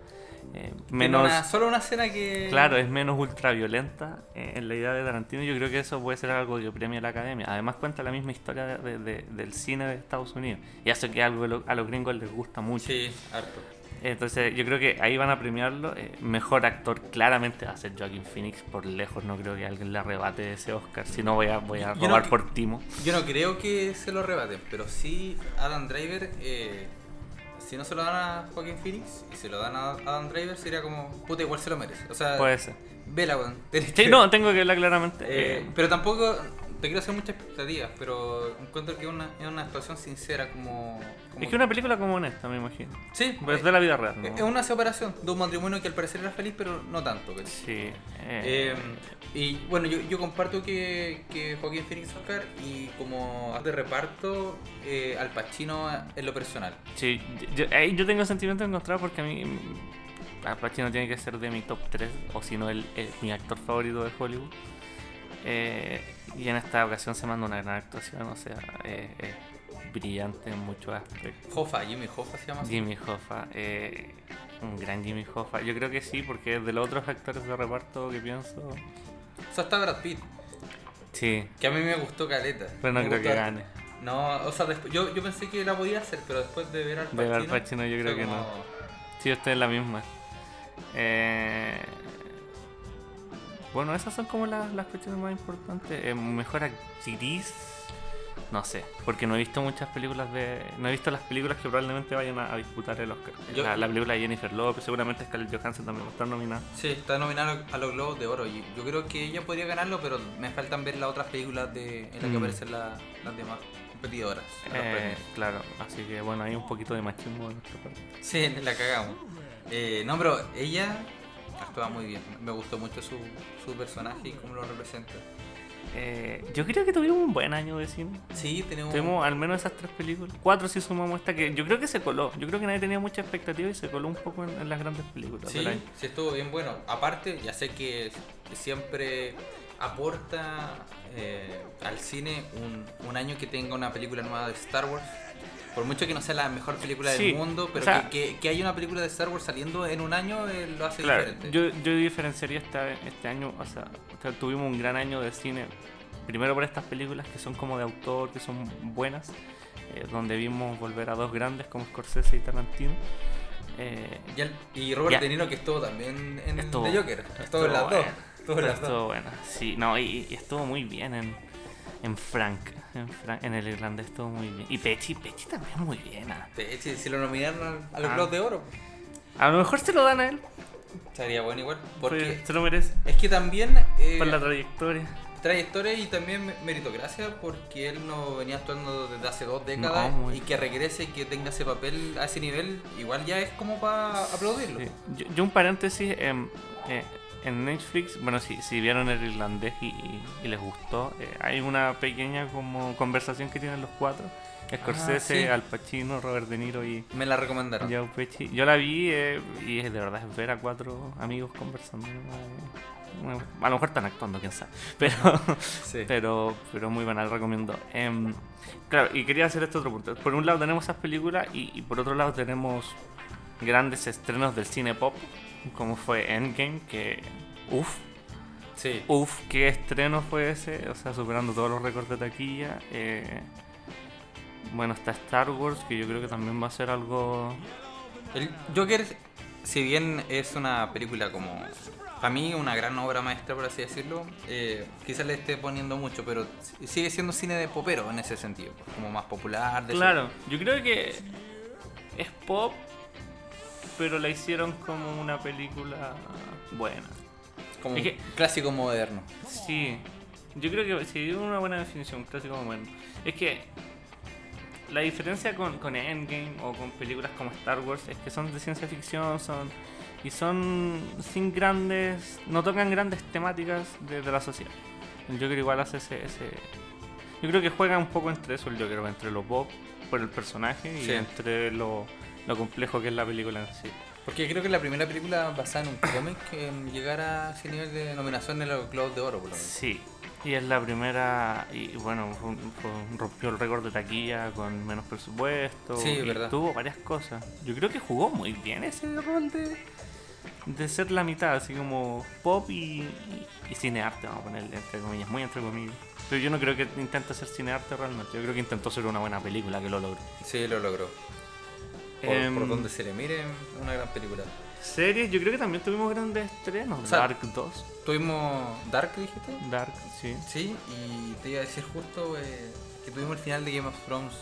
[SPEAKER 3] eh,
[SPEAKER 2] Menos...
[SPEAKER 3] menos...
[SPEAKER 2] solo una escena que...
[SPEAKER 3] Claro, es menos ultraviolenta eh, en la idea de Tarantino. Yo creo que eso puede ser algo que premia la academia. Además, cuenta la misma historia de- de- del cine de Estados Unidos. Y eso que algo lo- a los gringos les gusta mucho.
[SPEAKER 2] Sí, harto.
[SPEAKER 3] Entonces, yo creo que ahí van a premiarlo. Eh, mejor actor claramente va a ser Joaquin Phoenix. Por lejos, no creo que alguien le arrebate ese Oscar. Si no, voy a, voy a
[SPEAKER 2] Yo no
[SPEAKER 3] robar
[SPEAKER 2] cre-
[SPEAKER 3] por timo.
[SPEAKER 2] Yo no creo que se lo rebaten, pero sí Adam Driver, eh, si no se lo dan a Joaquin Phoenix y se lo dan a Adam Driver, sería como, puta, igual se lo merece. O sea,
[SPEAKER 3] Puede ser.
[SPEAKER 2] vela, weón. [laughs] tenés
[SPEAKER 3] Pues, Sí,
[SPEAKER 2] Ah, que-
[SPEAKER 3] no, tengo que hablar claramente.
[SPEAKER 2] Eh,
[SPEAKER 3] Eh,
[SPEAKER 2] pero tampoco te quiero hacer muchas expectativas, pero encuentro que es una, es una actuación sincera como... como-
[SPEAKER 3] es que una película como esta, me imagino.
[SPEAKER 2] Sí,
[SPEAKER 3] Pero
[SPEAKER 2] eh,
[SPEAKER 3] es de la vida real. ¿no?
[SPEAKER 2] es una separación de un matrimonio que al parecer era feliz, pero no tanto. ¿cachai?
[SPEAKER 3] Sí.
[SPEAKER 2] Eh,
[SPEAKER 3] eh,
[SPEAKER 2] y bueno, yo, yo comparto que, que Joaquín Phoenix Oscar y como actor de reparto eh, al Pacino en lo personal.
[SPEAKER 3] Sí, yo, yo- ahí yo tengo sentimientos encontrados porque a mí mm, Al Pacino tiene que ser de mi top 3 o si no el, el- mi actor favorito de Hollywood. Eh, y en esta ocasión se manda una gran actuación, o sea, eh, es brillante en muchos aspectos.
[SPEAKER 2] Hoffa, Jimmy Hoffa se llama. así.
[SPEAKER 3] Jimmy Hoffa, eh, un gran Jimmy Hoffa. Yo creo que sí, porque de los otros actores de reparto que pienso,
[SPEAKER 2] O sea, está Brad Pitt,
[SPEAKER 3] sí,
[SPEAKER 2] que a mí me gustó Caleta.
[SPEAKER 3] pero no
[SPEAKER 2] Me
[SPEAKER 3] creo
[SPEAKER 2] gustó
[SPEAKER 3] que
[SPEAKER 2] harto.
[SPEAKER 3] gane.
[SPEAKER 2] No, o sea, despu- yo, yo pensé que la podía hacer, pero después de ver al
[SPEAKER 3] De
[SPEAKER 2] Pacino...
[SPEAKER 3] ver al Pacino, yo creo
[SPEAKER 2] fue
[SPEAKER 3] que
[SPEAKER 2] como-
[SPEAKER 3] no. Sí, usted es la misma. Eh, Bueno, esas son como las, las cuestiones más importantes. Eh, mejor actriz. No sé, porque no he visto muchas películas de. No he visto las películas que probablemente vayan a, a disputar el Oscar.
[SPEAKER 2] Yo-
[SPEAKER 3] La, la película de Jennifer Lopez, seguramente Scarlett Johansson también va a estar nominada.
[SPEAKER 2] Sí, está nominado a los Globos de Oro. y Yo creo que ella podría ganarlo, pero me faltan ver las otras películas de, en las que
[SPEAKER 3] Mm.
[SPEAKER 2] aparecen la- las demás competidoras. en los
[SPEAKER 3] Eh,
[SPEAKER 2] premios.
[SPEAKER 3] claro, así que bueno, hay un poquito de machismo de nuestra parte.
[SPEAKER 2] Sí, [laughs] la cagamos. Eh, no, pero ella actúa muy bien. Me gustó mucho su, su personaje y cómo lo representa.
[SPEAKER 3] Eh, yo creo que tuvimos un buen año de cine.
[SPEAKER 2] Sí, tenemos.
[SPEAKER 3] Tuvimos al menos esas tres películas. Cuatro si sumamos esta que yo creo que se coló. Yo creo que nadie tenía mucha expectativa y se coló un poco en, en las grandes películas
[SPEAKER 2] Sí,
[SPEAKER 3] del año.
[SPEAKER 2] sí, estuvo bien bueno. Aparte, ya sé que siempre aporta eh, al cine un, un año que tenga una película nueva de Star Wars. Por mucho que no sea la mejor película
[SPEAKER 3] Sí,
[SPEAKER 2] del mundo,
[SPEAKER 3] o
[SPEAKER 2] pero
[SPEAKER 3] sea-
[SPEAKER 2] que, que, que haya una película de Star Wars saliendo en un año eh, lo hace
[SPEAKER 3] Claro,
[SPEAKER 2] diferente.
[SPEAKER 3] yo, yo diferenciaría esta- este año, o sea, o sea, tuvimos un gran año de cine. Primero por estas películas que son como de autor, que son buenas, eh, donde vimos volver a dos grandes como Scorsese y Tarantino. Eh,
[SPEAKER 2] Y, el- y Robert
[SPEAKER 3] Ya.
[SPEAKER 2] De Niro que estuvo también en
[SPEAKER 3] Estuvo-
[SPEAKER 2] The Joker. Estuvo en las dos.
[SPEAKER 3] bueno,
[SPEAKER 2] Estuvo en las dos.
[SPEAKER 3] estuvo bueno. Sí, no, y, y estuvo muy bien en, en Frank. En, Frank- en el irlandés estuvo muy bien. Y Pechi, Pechi también muy bien. ah.
[SPEAKER 2] Sí, Si, si lo nominaron al- a los
[SPEAKER 3] Ah.
[SPEAKER 2] Globos de Oro,
[SPEAKER 3] A lo mejor se lo dan a él.
[SPEAKER 2] estaría bueno igual.
[SPEAKER 3] Pues,
[SPEAKER 2] Porque
[SPEAKER 3] se lo merece.
[SPEAKER 2] es que también eh,
[SPEAKER 3] Por la trayectoria.
[SPEAKER 2] trayectoria y también me- meritocracia, porque él no venía actuando desde hace dos décadas
[SPEAKER 3] muy-
[SPEAKER 2] y que regrese y que tenga ese papel a ese nivel, igual ya es como para aplaudirlo.
[SPEAKER 3] Sí. Yo, yo un paréntesis. em, eh, en Netflix, bueno, si, si vieron el irlandés y, y- y les gustó, eh, hay una pequeña como conversación que tienen los cuatro. Scorsese,
[SPEAKER 2] Ah, sí.
[SPEAKER 3] Al Pacino, Robert De Niro y
[SPEAKER 2] Me la recomendaron.
[SPEAKER 3] Joe Pesci. Yo la vi eh, y es de verdad es ver a cuatro amigos conversando. ¿no? Bueno, a lo mejor están actuando, quién sabe. Pero,
[SPEAKER 2] Sí.
[SPEAKER 3] pero, pero muy banal, recomiendo. Em, claro, y quería hacer este otro punto. Por un lado tenemos esas películas y, y por otro lado tenemos grandes estrenos del cine pop, como fue Endgame, que... Uf,
[SPEAKER 2] Sí.
[SPEAKER 3] Uf, qué estreno fue ese, o sea, superando todos los récords de taquilla. eh, bueno, está Star Wars, que yo creo que también va a ser algo...
[SPEAKER 2] El Joker si bien es una película como, para mí, una gran obra maestra, por así decirlo, eh, quizás le esté poniendo mucho, pero sigue siendo cine de popero en ese sentido, como más popular. de
[SPEAKER 3] Claro, yo creo que es pop, pero la hicieron como una película buena.
[SPEAKER 2] su- como
[SPEAKER 3] Es
[SPEAKER 2] un
[SPEAKER 3] que-
[SPEAKER 2] clásico moderno.
[SPEAKER 3] Sí, yo creo que sí, una buena definición, clásico como bueno. Es que la diferencia con, con Endgame o con películas como Star Wars es que son de ciencia ficción, son y son sin grandes, no tocan grandes temáticas de, de la sociedad. El Joker igual hace ese, ese- Yo creo que juega un poco entre eso el Joker, entre lo pop por el personaje y
[SPEAKER 2] Sí.
[SPEAKER 3] entre lo, lo complejo que es la película en sí.
[SPEAKER 2] Porque creo que la primera película basada en un cómic que llegara a ese nivel de nominación en los Globos de Oro, por lo menos.
[SPEAKER 3] Sí, y es la primera, y bueno, fue un- fue un- rompió el récord de taquilla con menos presupuesto,
[SPEAKER 2] Sí,
[SPEAKER 3] y
[SPEAKER 2] verdad.
[SPEAKER 3] tuvo varias cosas. Yo creo que jugó muy bien ese rol de, de ser la mitad, así como pop y, y- y cinearte, vamos a ponerle entre comillas, muy entre comillas. Pero yo no creo que intente ser cinearte realmente, yo creo que intentó ser una buena película que lo logró.
[SPEAKER 2] Sí, lo logró. Por,
[SPEAKER 3] Em,
[SPEAKER 2] por donde se le mire, una gran película.
[SPEAKER 3] Series, yo creo que también tuvimos grandes estrenos,
[SPEAKER 2] O sea-
[SPEAKER 3] Dark 2,
[SPEAKER 2] Tuvimos Dark, dijiste.
[SPEAKER 3] Dark, sí.
[SPEAKER 2] Sí, y te iba a decir justo eh, que tuvimos el final de Game of Thrones,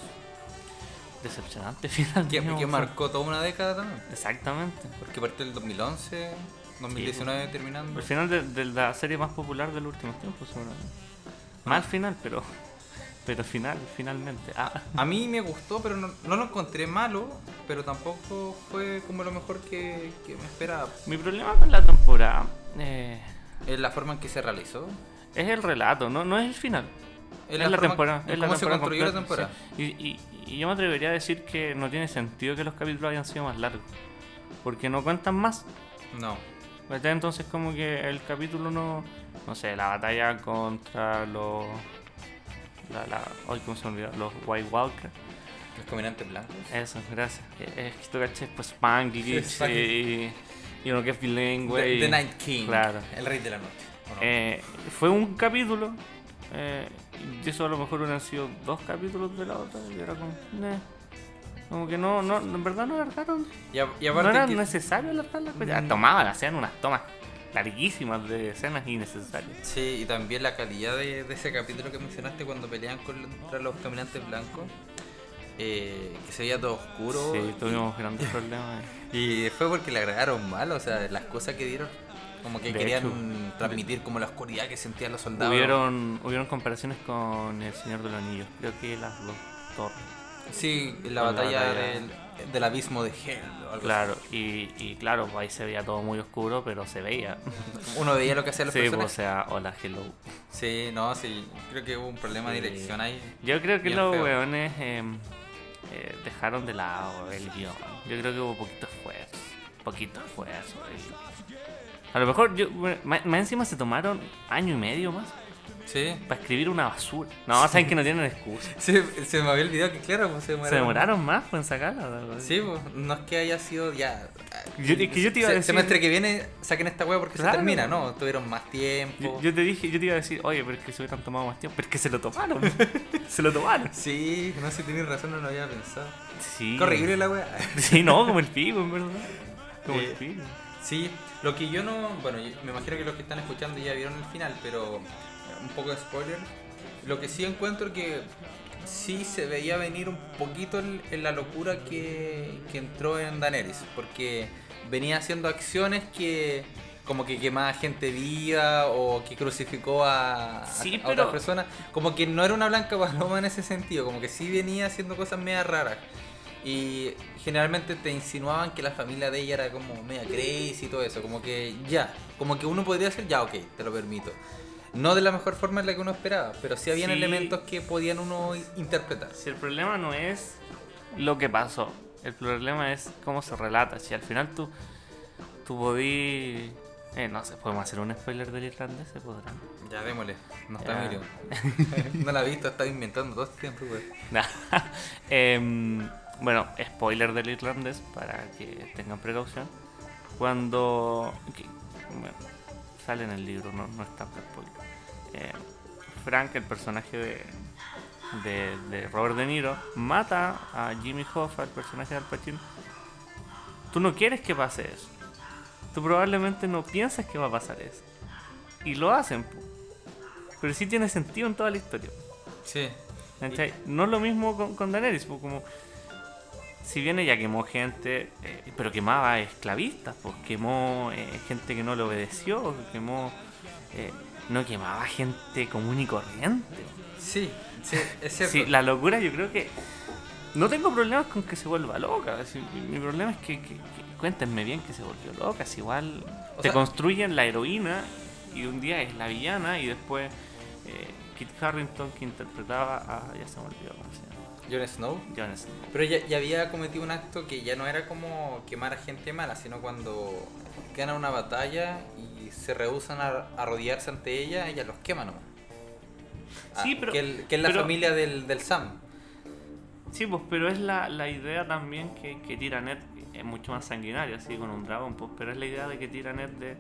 [SPEAKER 3] Decepcionante [laughs] final.
[SPEAKER 2] que,
[SPEAKER 3] digamos.
[SPEAKER 2] que marcó toda una década también.
[SPEAKER 3] Exactamente.
[SPEAKER 2] Porque partió el 2011, 2019 terminando.
[SPEAKER 3] El final de, de la serie más popular del último tiempo, seguramente. Mal
[SPEAKER 2] Ah.
[SPEAKER 3] final, pero. Pero final, finalmente. Ah,
[SPEAKER 2] A mí me gustó, pero no, no lo encontré malo, pero tampoco fue como lo mejor que, que me esperaba.
[SPEAKER 3] mi problema con la temporada eh,
[SPEAKER 2] Eh, la forma en que se realizó.
[SPEAKER 3] es el relato, no, no es el final.
[SPEAKER 2] eh,
[SPEAKER 3] Es la,
[SPEAKER 2] forma-
[SPEAKER 3] temporada.
[SPEAKER 2] eh,
[SPEAKER 3] es la
[SPEAKER 2] cómo se
[SPEAKER 3] temporada
[SPEAKER 2] construyó la
[SPEAKER 3] completa,
[SPEAKER 2] temporada.
[SPEAKER 3] sí. Y, y- y yo me atrevería a decir que no tiene sentido que los capítulos hayan sido más largos. Porque no cuentan más.
[SPEAKER 2] No.
[SPEAKER 3] ¿verdad? Entonces como que el capítulo no... No sé, la batalla contra los... La, la, ay, ¿cómo se me olvidó? Los White Walkers.
[SPEAKER 2] Los combinantes blancos.
[SPEAKER 3] Eso, gracias. Eh, Es que tú caché pues Spanglish
[SPEAKER 2] Sí,
[SPEAKER 3] y, y uno que es bilingüe.
[SPEAKER 2] The,
[SPEAKER 3] y-
[SPEAKER 2] The Night King.
[SPEAKER 3] Claro.
[SPEAKER 2] El rey de la noche. ¿o no?
[SPEAKER 3] Eh, fue un capítulo. eh, y eso a lo mejor hubieran sido dos capítulos de la otra. Y era como. "Neh". Como que no, no, en verdad no alargaron.
[SPEAKER 2] y, a- y
[SPEAKER 3] No
[SPEAKER 2] aparte
[SPEAKER 3] era
[SPEAKER 2] que- Mm.
[SPEAKER 3] necesario alargar las cosas. Ah, Tomaban, hacían unas tomas larguísimas de escenas innecesarias.
[SPEAKER 2] Sí, y también la calidad de, de ese capítulo que mencionaste cuando pelean contra los caminantes blancos, eh, que se veía todo oscuro.
[SPEAKER 3] Sí, tuvimos grandes
[SPEAKER 2] [laughs]
[SPEAKER 3] problemas.
[SPEAKER 2] Y fue porque le agregaron mal, o sea, las cosas que dieron, como que
[SPEAKER 3] De
[SPEAKER 2] querían transmitir como la oscuridad que sentían los soldados.
[SPEAKER 3] Hubieron, hubieron comparaciones con El Señor de los Anillos. Creo que las dos torres.
[SPEAKER 2] Sí, la
[SPEAKER 3] Con la
[SPEAKER 2] batalla
[SPEAKER 3] batalla.
[SPEAKER 2] Del, del abismo de Hell. o algo
[SPEAKER 3] Claro, y, y claro, pues ahí se veía todo muy oscuro, pero se veía.
[SPEAKER 2] así. Uno veía lo que hacían los
[SPEAKER 3] Sí, pues, o
[SPEAKER 2] personajes.
[SPEAKER 3] sea, hola, hello.
[SPEAKER 2] Sí, no, sí, creo que hubo un problema de
[SPEAKER 3] Sí.
[SPEAKER 2] dirección ahí.
[SPEAKER 3] Yo creo que
[SPEAKER 2] Bien
[SPEAKER 3] los
[SPEAKER 2] feo.
[SPEAKER 3] weones eh, eh, dejaron de lado el guión. Yo creo que hubo poquito esfuerzo. Poquito esfuerzo. y- A lo mejor, yo, bueno, más más encima se tomaron año y medio más
[SPEAKER 2] Sí. [laughs]
[SPEAKER 3] para escribir una basura. No, saben que no tienen excusa.
[SPEAKER 2] Se, se me había olvidado que, claro, pues, se demoraron.
[SPEAKER 3] Se demoraron más pues, en sacarla. ¿no?
[SPEAKER 2] Sí, pues, no es que haya sido ya. ah,
[SPEAKER 3] Yo- es que yo te iba a
[SPEAKER 2] Se-
[SPEAKER 3] decir-
[SPEAKER 2] Semestre que viene saquen esta wea porque
[SPEAKER 3] Claro.
[SPEAKER 2] se termina, ¿no? Tuvieron más tiempo.
[SPEAKER 3] Yo, yo te dije, yo te iba a decir, oye, pero es que se hubieran tomado más tiempo. Pero es que se lo
[SPEAKER 2] [laughs]
[SPEAKER 3] tomaron. se lo tomaron.
[SPEAKER 2] Sí, no sé si tienes razón, no lo había pensado.
[SPEAKER 3] Sí.
[SPEAKER 2] Qué horrible la wea.
[SPEAKER 3] [laughs] Sí, no, como el pico, en verdad. Como el
[SPEAKER 2] Eh,
[SPEAKER 3] pico.
[SPEAKER 2] Sí, lo que yo no. Bueno, yo- me imagino que los que están escuchando ya vieron el final, pero eh, un poco de spoiler. Lo que sí encuentro que sí se veía venir un poquito en, en la locura que, que entró en Daenerys, porque venía haciendo acciones que. Como que quemaba gente viva o que crucificó a, a-
[SPEAKER 3] Sí,
[SPEAKER 2] a
[SPEAKER 3] pero-
[SPEAKER 2] otras personas. Como que no era una blanca paloma en ese sentido. Como que sí venía haciendo cosas media raras. Y generalmente te insinuaban que la familia de ella era como media crazy y todo eso. Como que ya, como que uno podría decir ya, ok, te lo permito. No de la mejor forma en la que uno esperaba, pero sí habían
[SPEAKER 3] Sí.
[SPEAKER 2] elementos que podían uno i- interpretar.
[SPEAKER 3] Si el problema no es lo que pasó, el problema es cómo se relata. Si al final tú, tú podí. Eh, no sé, podemos hacer un spoiler del irlandés, se podrá.
[SPEAKER 2] Ya, démosle. No está
[SPEAKER 3] Ya. [laughs]
[SPEAKER 2] Emilio. no la ha visto, está inventando todo este tiempo, güey.
[SPEAKER 3] Nah. [laughs] Em, bueno, spoiler del irlandés para que tengan precaución. Cuando. que- bueno, sale en el libro, no, no es tanto spoiler. Eh, Frank, el personaje de, de, de Robert De Niro, mata a Jimmy Hoffa, el personaje de Al Pacino. Tú no quieres que pase eso. tú probablemente no piensas que va a pasar eso. Y lo hacen, po. pero sí tiene sentido en toda la historia.
[SPEAKER 2] Sí.
[SPEAKER 3] ¿Cachai? No es lo mismo con, con Daenerys, pues, como si bien ella quemó gente, eh, pero quemaba esclavistas, pues quemó eh, gente que no le obedeció, quemó eh, no quemaba gente común y corriente.
[SPEAKER 2] Sí, sí, es cierto.
[SPEAKER 3] Sí, la locura yo creo que no tengo problemas con que se vuelva loca, si- mi problema es que, que- que- cuéntenme bien que se volvió loca, si igual
[SPEAKER 2] O
[SPEAKER 3] te
[SPEAKER 2] sea-
[SPEAKER 3] construyen la heroína y un día es la villana y después eh, Kit Harrington que interpretaba a ya se me olvidó cómo se llama.
[SPEAKER 2] Jon Snow.
[SPEAKER 3] Jon Snow.
[SPEAKER 2] Pero ya, ya había cometido un acto que ya no era como quemar a gente mala, sino cuando ganan una batalla y se rehusan a a arrodillarse ante ella, ella los quema nomás. Ah,
[SPEAKER 3] Sí, pero-
[SPEAKER 2] Que, el- que es la
[SPEAKER 3] pero-
[SPEAKER 2] familia del, del Sam.
[SPEAKER 3] Sí, pues, pero es la, la idea también que, que Tiranet es mucho más sanguinario, así con un dragón, pues, pero es la idea de que Tiranet de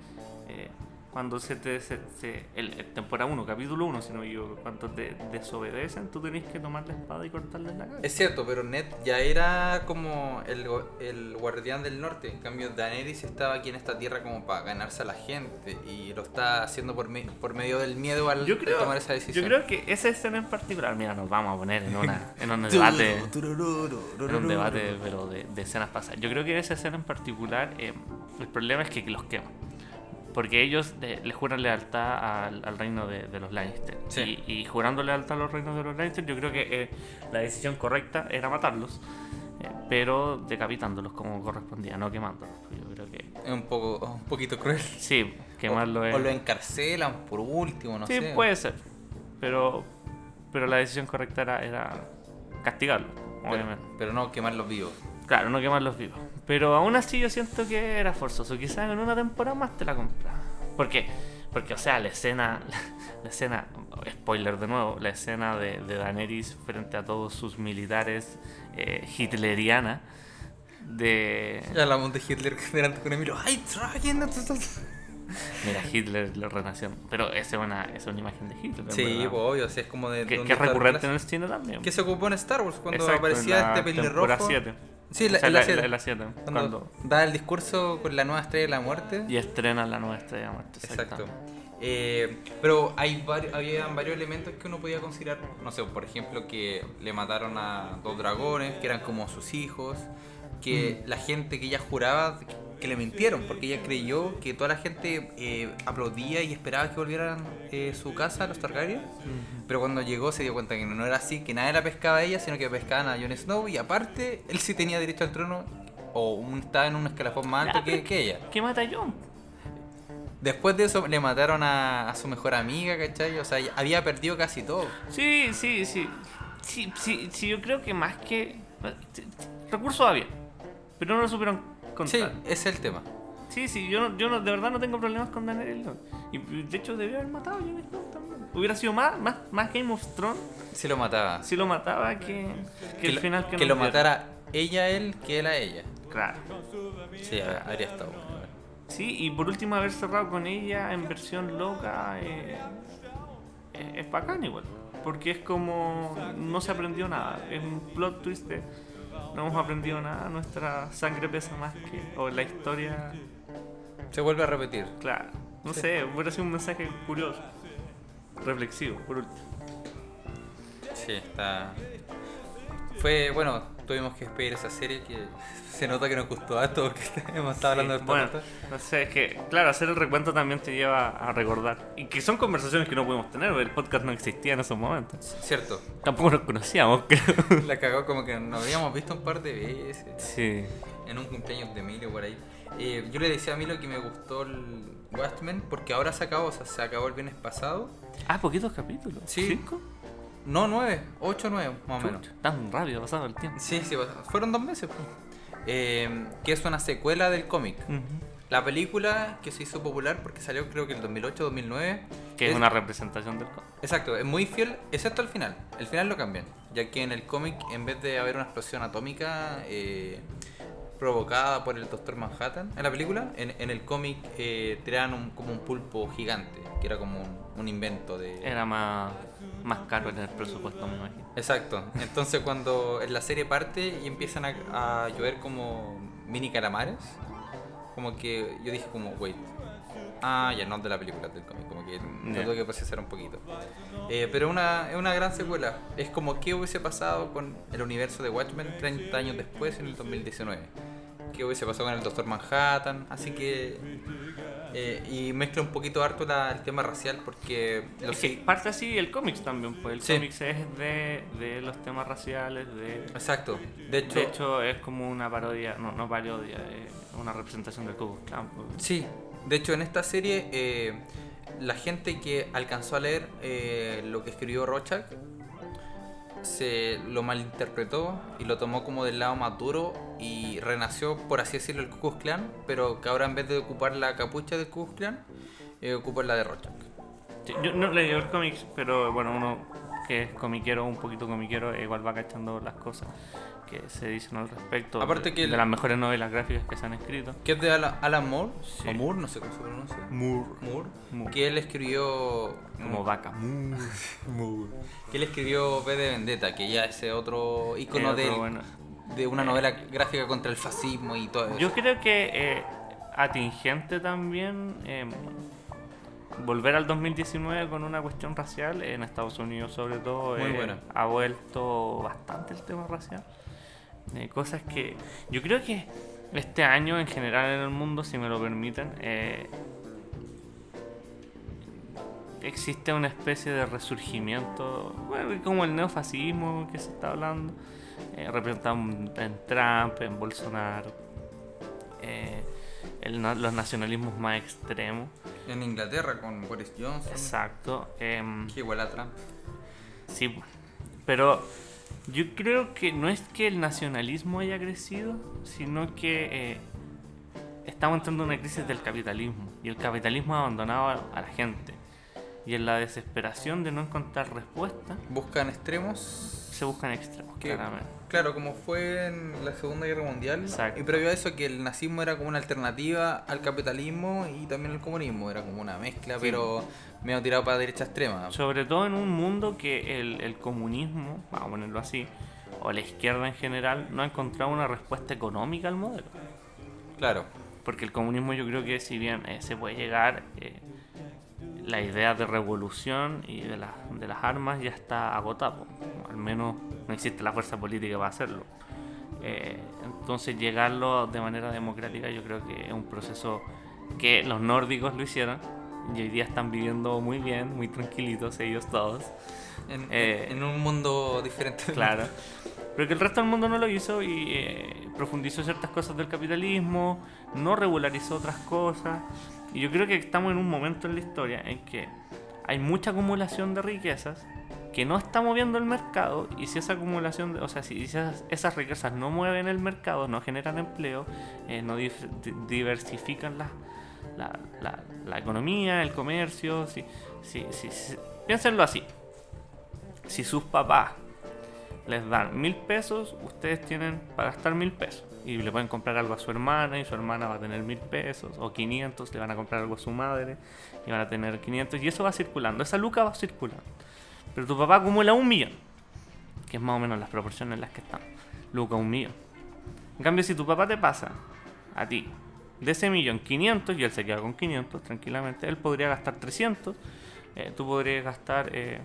[SPEAKER 3] eh, cuando se te se- se- el, el temporada 1, capítulo 1, si no me equivoco, cuando te desobedecen, tú tenés que tomar la espada y cortarles la cabeza.
[SPEAKER 2] Es cierto, pero Ned ya era como el, go- el guardián del norte. En cambio, Daenerys estaba aquí en esta tierra como para ganarse a la gente y lo está haciendo por, me- por medio del miedo al
[SPEAKER 3] Yo creo,
[SPEAKER 2] al tomar esa
[SPEAKER 3] yo
[SPEAKER 2] decisión.
[SPEAKER 3] creo que esa escena en particular, mira, nos vamos a poner en, una,
[SPEAKER 2] [laughs]
[SPEAKER 3] en un debate. en un debate, pero de, de escenas pasadas. Yo creo que esa escena en particular, eh, el problema es que los queman. Porque ellos eh, le, le juran lealtad al, al reino de, de los Lannister.
[SPEAKER 2] Sí.
[SPEAKER 3] Y, y jurando lealtad a los reinos de los Lannister, yo creo que eh, la decisión correcta era matarlos, eh, pero decapitándolos como correspondía, no quemándolos. Yo creo que
[SPEAKER 2] Es un, poco, un poquito cruel.
[SPEAKER 3] sí, quemarlo
[SPEAKER 2] o,
[SPEAKER 3] es.
[SPEAKER 2] o lo encarcelan por último, no
[SPEAKER 3] sí,
[SPEAKER 2] sé.
[SPEAKER 3] puede ser. Pero, pero la decisión correcta era, era castigarlo,
[SPEAKER 2] Pero,
[SPEAKER 3] obviamente.
[SPEAKER 2] pero no quemarlos vivos.
[SPEAKER 3] Claro, no quemarlos vivos. Pero aún así yo siento que era forzoso. Quizás en una temporada más te la compras. ¿Por qué? Porque, o sea, la escena, [laughs] la escena, spoiler de nuevo, la escena de, de Daenerys frente a todos sus militares eh, hitleriana
[SPEAKER 2] [laughs]
[SPEAKER 3] de...
[SPEAKER 2] Ya hablamos de Hitler delante con Emilio. ¡Ay, Tragen!
[SPEAKER 3] Mira, Hitler, la renación. Pero esa es una, esa es una imagen de Hitler. en
[SPEAKER 2] Sí,
[SPEAKER 3] verdad.
[SPEAKER 2] pues, obvio, o sea, es como de.
[SPEAKER 3] que,
[SPEAKER 2] ¿dónde
[SPEAKER 3] que es
[SPEAKER 2] está la
[SPEAKER 3] recurrente
[SPEAKER 2] clase?
[SPEAKER 3] en el cine también.
[SPEAKER 2] Que se ocupó en Star Wars cuando
[SPEAKER 3] Exacto, en
[SPEAKER 2] aparecía
[SPEAKER 3] la
[SPEAKER 2] este pelirrojo.
[SPEAKER 3] temporada siete.
[SPEAKER 2] Sí,
[SPEAKER 3] O
[SPEAKER 2] la,
[SPEAKER 3] sea,
[SPEAKER 2] en la
[SPEAKER 3] la-
[SPEAKER 2] siete.
[SPEAKER 3] la- en la siete,
[SPEAKER 2] Cuando,
[SPEAKER 3] cuando-
[SPEAKER 2] da el discurso con la nueva estrella de la muerte.
[SPEAKER 3] Y estrena la nueva estrella de la muerte.
[SPEAKER 2] Exacto.
[SPEAKER 3] exactamente.
[SPEAKER 2] Eh, pero hay vari- había varios elementos que uno podía considerar. No sé, por ejemplo, que le mataron a dos dragones, que eran como sus hijos. Que la gente que ella juraba que, que le mintieron, porque ella creyó que toda la gente eh, aplaudía y esperaba que volvieran eh, su casa los Targaryen. Pero cuando llegó se dio cuenta que no era así, que nadie la pescaba a ella, sino que pescaban a Jon Snow. Y aparte, él sí tenía derecho al trono, o un- estaba en un escalafón más alto
[SPEAKER 3] Ya,
[SPEAKER 2] que,
[SPEAKER 3] pero-
[SPEAKER 2] que ella.
[SPEAKER 3] ¿Qué mata a Jon?
[SPEAKER 2] Después de eso le mataron a, a su mejor amiga, ¿cachai? O sea, ya había perdido casi todo.
[SPEAKER 3] Sí, sí, sí. Sí, sí, sí, yo creo que más que. Recurso va bien. Pero no lo supieron
[SPEAKER 2] Sí,
[SPEAKER 3] contar.
[SPEAKER 2] ese es el tema.
[SPEAKER 3] Sí, sí, yo, no, yo no, de verdad no tengo problemas con Daniel Long. Y y de hecho debió haber matado a Jon Snow también. Hubiera sido más, más, más Game of Thrones
[SPEAKER 2] Si lo mataba.
[SPEAKER 3] si lo mataba que, que, el
[SPEAKER 2] lo-
[SPEAKER 3] final que,
[SPEAKER 2] que
[SPEAKER 3] nos
[SPEAKER 2] lo
[SPEAKER 3] dieron.
[SPEAKER 2] matara ella a él que él a ella.
[SPEAKER 3] Claro.
[SPEAKER 2] Sí, ha- habría estado. bueno.
[SPEAKER 3] Sí, y por último haber cerrado con ella en versión loca eh, eh, es bacán igual. Porque es como no se aprendió nada. Es un plot twist de no hemos aprendido nada, nuestra sangre pesa más que... O la historia...
[SPEAKER 2] Se vuelve a repetir.
[SPEAKER 3] Claro. No
[SPEAKER 2] Sí.
[SPEAKER 3] sé, hubiera sido un mensaje curioso. Reflexivo, por último.
[SPEAKER 2] Sí, está. Fue, bueno, tuvimos que despedir esa serie que [laughs] se nota que nos gustó a todos que [laughs] hemos estado hablando de
[SPEAKER 3] Sí,
[SPEAKER 2] esta
[SPEAKER 3] bueno,
[SPEAKER 2] nota.
[SPEAKER 3] no sé, es que, claro, hacer el recuento también te lleva a recordar. Y que son conversaciones que no pudimos tener, porque el podcast no existía en esos momentos. [laughs]
[SPEAKER 2] Cierto,
[SPEAKER 3] Tampoco nos conocíamos, creo.
[SPEAKER 2] la cagó como que nos habíamos visto un par de veces.
[SPEAKER 3] Sí.
[SPEAKER 2] en un cumpleaños de Milo por ahí. Eh, yo le decía a Milo que me gustó el Watchmen porque ahora se acabó, o sea, se acabó el viernes pasado.
[SPEAKER 3] Ah, poquitos capítulos.
[SPEAKER 2] Sí.
[SPEAKER 3] ¿Cinco?
[SPEAKER 2] No, nueve, ocho, nueve, más o menos.
[SPEAKER 3] Chucha, Tan rápido ha pasado el tiempo.
[SPEAKER 2] Sí, sí, fueron dos meses. pues. Eh, que es una secuela del cómic. La película que se hizo popular porque salió creo que en el 2008, 2009.
[SPEAKER 3] Que es, una representación del cómic.
[SPEAKER 2] Exacto, es muy fiel, excepto al final. El final lo cambian, ya que en el cómic, en vez de haber una explosión atómica eh, provocada por el Doctor Manhattan, en la película, en, en el cómic eh, tiraban un- como un pulpo gigante, que era como un, un invento de...
[SPEAKER 3] Era más, más caro en el presupuesto, me imagino.
[SPEAKER 2] Exacto, entonces cuando en la serie parte y empiezan a, a llover como mini calamares, como que yo dije como, wait. Ah, ya no es de la película, es del cómic, como que
[SPEAKER 3] Ya.
[SPEAKER 2] lo tuve que procesar un poquito. Eh, pero una, es una gran secuela. Es como qué hubiese pasado con el universo de Watchmen 30 años después, en el 2019. Qué hubiese pasado con el Doctor Manhattan. Así que... eh, y mezcla un poquito harto la- el tema racial porque... lo
[SPEAKER 3] Es que
[SPEAKER 2] sí-
[SPEAKER 3] parte así el cómics también, pues el
[SPEAKER 2] Sí.
[SPEAKER 3] cómics es de, de los temas raciales, de...
[SPEAKER 2] Exacto. De hecho,
[SPEAKER 3] De hecho, es como una parodia, no, no parodia, es una representación del Ku Klux Klan, pues.
[SPEAKER 2] Sí, de hecho en esta serie eh, la gente que alcanzó a leer eh, lo que escribió Rorschach se lo malinterpretó y lo tomó como del lado más duro y renació, por así decirlo, el Ku Klux Klan, pero que ahora en vez de ocupar la capucha del Ku Klux Klan, eh, ocupa la de Rorschach.
[SPEAKER 3] Sí, Yo no leí el cómics, pero bueno, uno que es comiquero, un poquito comiquero, eh, igual va cachando las cosas que se dicen al respecto.
[SPEAKER 2] Aparte
[SPEAKER 3] de,
[SPEAKER 2] que el-
[SPEAKER 3] de las mejores novelas gráficas que se han escrito.
[SPEAKER 2] Que es de Alan, Alan Moore,
[SPEAKER 3] Sí.
[SPEAKER 2] o Moore, no sé cómo se pronuncia.
[SPEAKER 3] Moore.
[SPEAKER 2] Moore,
[SPEAKER 3] Moore.
[SPEAKER 2] que él escribió
[SPEAKER 3] Como vaca.
[SPEAKER 2] que él escribió V de Vendetta, que ya es otro icono
[SPEAKER 3] Eh,
[SPEAKER 2] del,
[SPEAKER 3] pero bueno.
[SPEAKER 2] de una novela gráfica contra el fascismo y todo eso.
[SPEAKER 3] Yo creo que eh, atingente también eh, volver al 2019 con una cuestión racial en Estados Unidos sobre todo
[SPEAKER 2] Muy
[SPEAKER 3] eh,
[SPEAKER 2] buena.
[SPEAKER 3] ha vuelto bastante el tema racial. Eh, cosas que yo creo que este año en general en el mundo, si me lo permiten, eh, existe una especie de resurgimiento, bueno, como el neofascismo que se está hablando, eh, representado en Trump, en Bolsonaro, eh, el na- los nacionalismos más extremos.
[SPEAKER 2] En Inglaterra con Boris Johnson,
[SPEAKER 3] Exacto. em,
[SPEAKER 2] que igual a Trump.
[SPEAKER 3] sí, po. pero yo creo que no es que el nacionalismo haya crecido, sino que eh, estamos entrando en una crisis del capitalismo y el capitalismo ha abandonado a, a la gente. Y en la desesperación de no encontrar respuesta,
[SPEAKER 2] Buscan extremos.
[SPEAKER 3] se buscan extremos,
[SPEAKER 2] que-
[SPEAKER 3] claramente.
[SPEAKER 2] claro, como fue en la Segunda Guerra Mundial.
[SPEAKER 3] Exacto.
[SPEAKER 2] Y previo a eso, que el nazismo era como una alternativa al capitalismo y también al comunismo. Era como una mezcla, pero medio tirado para derecha extrema.
[SPEAKER 3] Sobre todo en un mundo que el, el comunismo, vamos a ponerlo así, o la izquierda en general, no ha encontrado una respuesta económica al modelo.
[SPEAKER 2] Claro.
[SPEAKER 3] Porque el comunismo yo creo que si bien eh, se puede llegar, eh, la idea de revolución y de, las de las armas ya está agotada. po. Al menos no existe la fuerza política para hacerlo. Eh, entonces llegarlo de manera democrática yo creo que es un proceso que los nórdicos lo hicieron y hoy día están viviendo muy bien, muy tranquilitos ellos todos.
[SPEAKER 2] En,
[SPEAKER 3] Eh,
[SPEAKER 2] en un mundo [laughs] diferente.
[SPEAKER 3] Claro. Pero que el resto del mundo no lo hizo y eh, profundizó ciertas cosas del capitalismo, no regularizó otras cosas. Y yo creo que estamos en un momento en la historia en que hay mucha acumulación de riquezas que no está moviendo el mercado y si esa acumulación, de- o sea, si esas, esas riquezas no mueven el mercado, no generan empleo, eh, no dif- di- diversifican las, la, la- la economía, el comercio. Si, si, si- si- piénsenlo así. Si sus papás les dan mil pesos, ustedes tienen para gastar mil pesos. Y le pueden comprar algo a su hermana y su hermana va a tener mil pesos. O 500, le van a comprar algo a su madre y van a tener 500. Y eso va circulando. Esa luca va circulando. Pero tu papá acumula un millón. Que es más o menos las proporciones en las que estamos. Luca, un millón. En cambio, si tu papá te pasa a ti de ese millón 500 y él se queda con 500 tranquilamente, él podría gastar 300, eh, tú podrías gastar eh,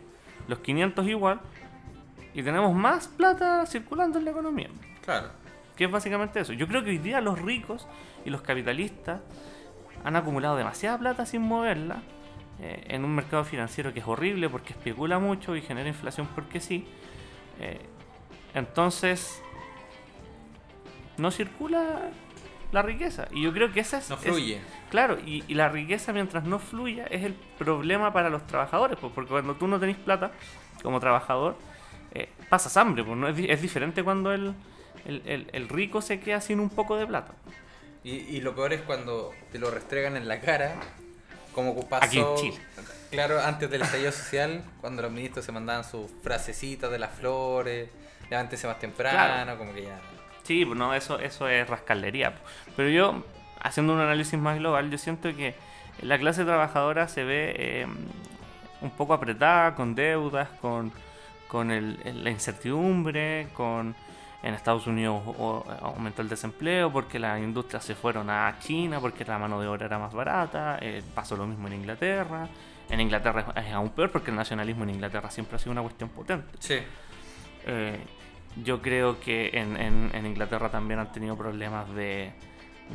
[SPEAKER 3] los 500 igual y tenemos más plata circulando en la economía.
[SPEAKER 2] Claro.
[SPEAKER 3] Que es básicamente eso. Yo creo que hoy día los ricos y los capitalistas han acumulado demasiada plata sin moverla eh, en un mercado financiero que es horrible porque especula mucho y genera inflación porque sí. Eh, entonces, no circula la riqueza. Y yo creo que esa es...
[SPEAKER 2] No
[SPEAKER 3] es-
[SPEAKER 2] fluye.
[SPEAKER 3] Claro, y, y la riqueza mientras no fluya es el problema para los trabajadores, pues, porque cuando tú no tenés plata como trabajador, eh, pasas hambre, pues, ¿no? es, di- es diferente cuando el, el- el- el rico se queda sin un poco de plata.
[SPEAKER 2] Y, y lo peor es cuando te lo restregan en la cara, como pasó...
[SPEAKER 3] Aquí en Chile.
[SPEAKER 2] Claro, antes del estallido social, cuando los ministros se mandaban sus frasecitas de las flores, levántese más temprano,
[SPEAKER 3] Claro.
[SPEAKER 2] como que ya...
[SPEAKER 3] Sí, pues, no, eso, eso es rascaldería. pues. Pero yo, haciendo un análisis más global, yo siento que la clase trabajadora se ve eh, un poco apretada, con deudas, con, con el- el- la incertidumbre, con en Estados Unidos o- aumentó el desempleo porque las industrias se fueron a China porque la mano de obra era más barata. eh, pasó lo mismo en Inglaterra. En Inglaterra es- es aún peor porque el nacionalismo en Inglaterra siempre ha sido una cuestión potente.
[SPEAKER 2] Sí.
[SPEAKER 3] Eh, yo creo que en, en- en Inglaterra también han tenido problemas de,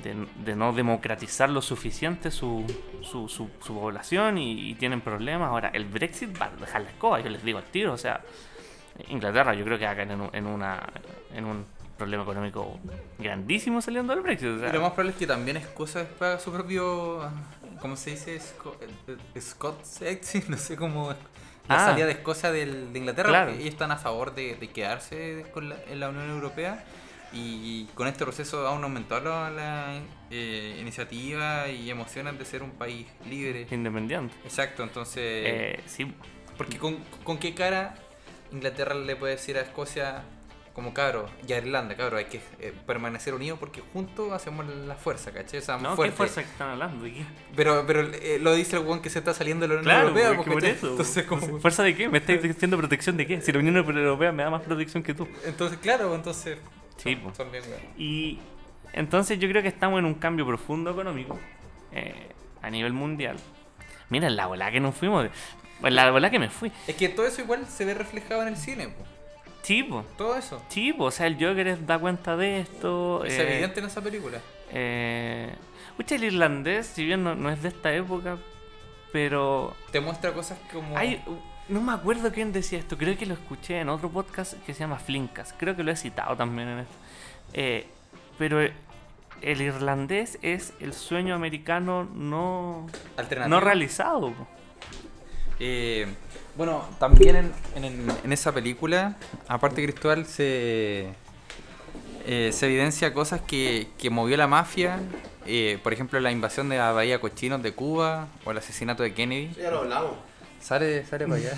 [SPEAKER 3] de- de no democratizar lo suficiente su, su- su- su población y, y tienen problemas. Ahora, el Brexit va a dejar la escoba, yo les digo al tiro. O sea, Inglaterra yo creo que va a caer en, un- en una, en un problema económico grandísimo saliendo del Brexit. o sea,
[SPEAKER 2] Y lo más probable es que también Escocia paga su propio. ah, ¿Cómo se dice? Sco- eh, eh, Scott Sex, [laughs] no sé cómo. La
[SPEAKER 3] Ah.
[SPEAKER 2] salida de Escocia del- de Inglaterra.
[SPEAKER 3] Claro.
[SPEAKER 2] porque Ellos están a favor de, de quedarse con la- en la Unión Europea. Y con este proceso aún aumentaron la eh, iniciativa y emociones de ser un país libre.
[SPEAKER 3] independiente.
[SPEAKER 2] Exacto, entonces.
[SPEAKER 3] Eh, sí,
[SPEAKER 2] Porque con, con qué cara Inglaterra le puede decir a Escocia como cabro, y a Irlanda, cabro, hay que eh, permanecer unidos porque juntos hacemos la fuerza, ¿cachai? O sea,
[SPEAKER 3] no, ¿qué
[SPEAKER 2] fuerte.
[SPEAKER 3] fuerza que están hablando? ¿De qué?
[SPEAKER 2] Pero, pero eh, lo dice el weón que se está saliendo de la Unión
[SPEAKER 3] Claro,
[SPEAKER 2] Europea, porque
[SPEAKER 3] porque por
[SPEAKER 2] te-
[SPEAKER 3] eso.
[SPEAKER 2] Entonces, como-
[SPEAKER 3] Entonces, ¿Fuerza de qué? ¿Me estáis diciendo protección de qué? Si la Unión Europea me da más protección que tú.
[SPEAKER 2] entonces, claro, entonces.
[SPEAKER 3] Sí,
[SPEAKER 2] son-
[SPEAKER 3] po.
[SPEAKER 2] son bien, weón.
[SPEAKER 3] Y entonces yo creo que estamos en un cambio profundo económico eh, a nivel mundial. Mira la bola que nos fuimos. de- pues La bola que me fui.
[SPEAKER 2] Es que todo eso igual se ve reflejado en el cine, po.
[SPEAKER 3] Tipo,
[SPEAKER 2] Todo eso.
[SPEAKER 3] tipo. O sea, el Joker da cuenta de esto.
[SPEAKER 2] Es
[SPEAKER 3] eh,
[SPEAKER 2] evidente en esa película.
[SPEAKER 3] eh, pucha, el irlandés, si bien no, no es de esta época, pero
[SPEAKER 2] Te muestra cosas como.
[SPEAKER 3] Hay- no me acuerdo quién decía esto, creo que lo escuché en otro podcast que se llama Flinkas, creo que lo he citado también en esto. Eh, pero el irlandés es el sueño americano no,
[SPEAKER 2] alternativas.
[SPEAKER 3] no realizado. po.
[SPEAKER 2] Eh, bueno, también en, en- en esa película, aparte Cristóbal, se, eh, se evidencia cosas que, que movió la mafia. eh, por ejemplo, la invasión de la Bahía Cochinos de Cuba o el asesinato de Kennedy.
[SPEAKER 4] Ya lo hablamos.
[SPEAKER 2] Sale, sale para allá.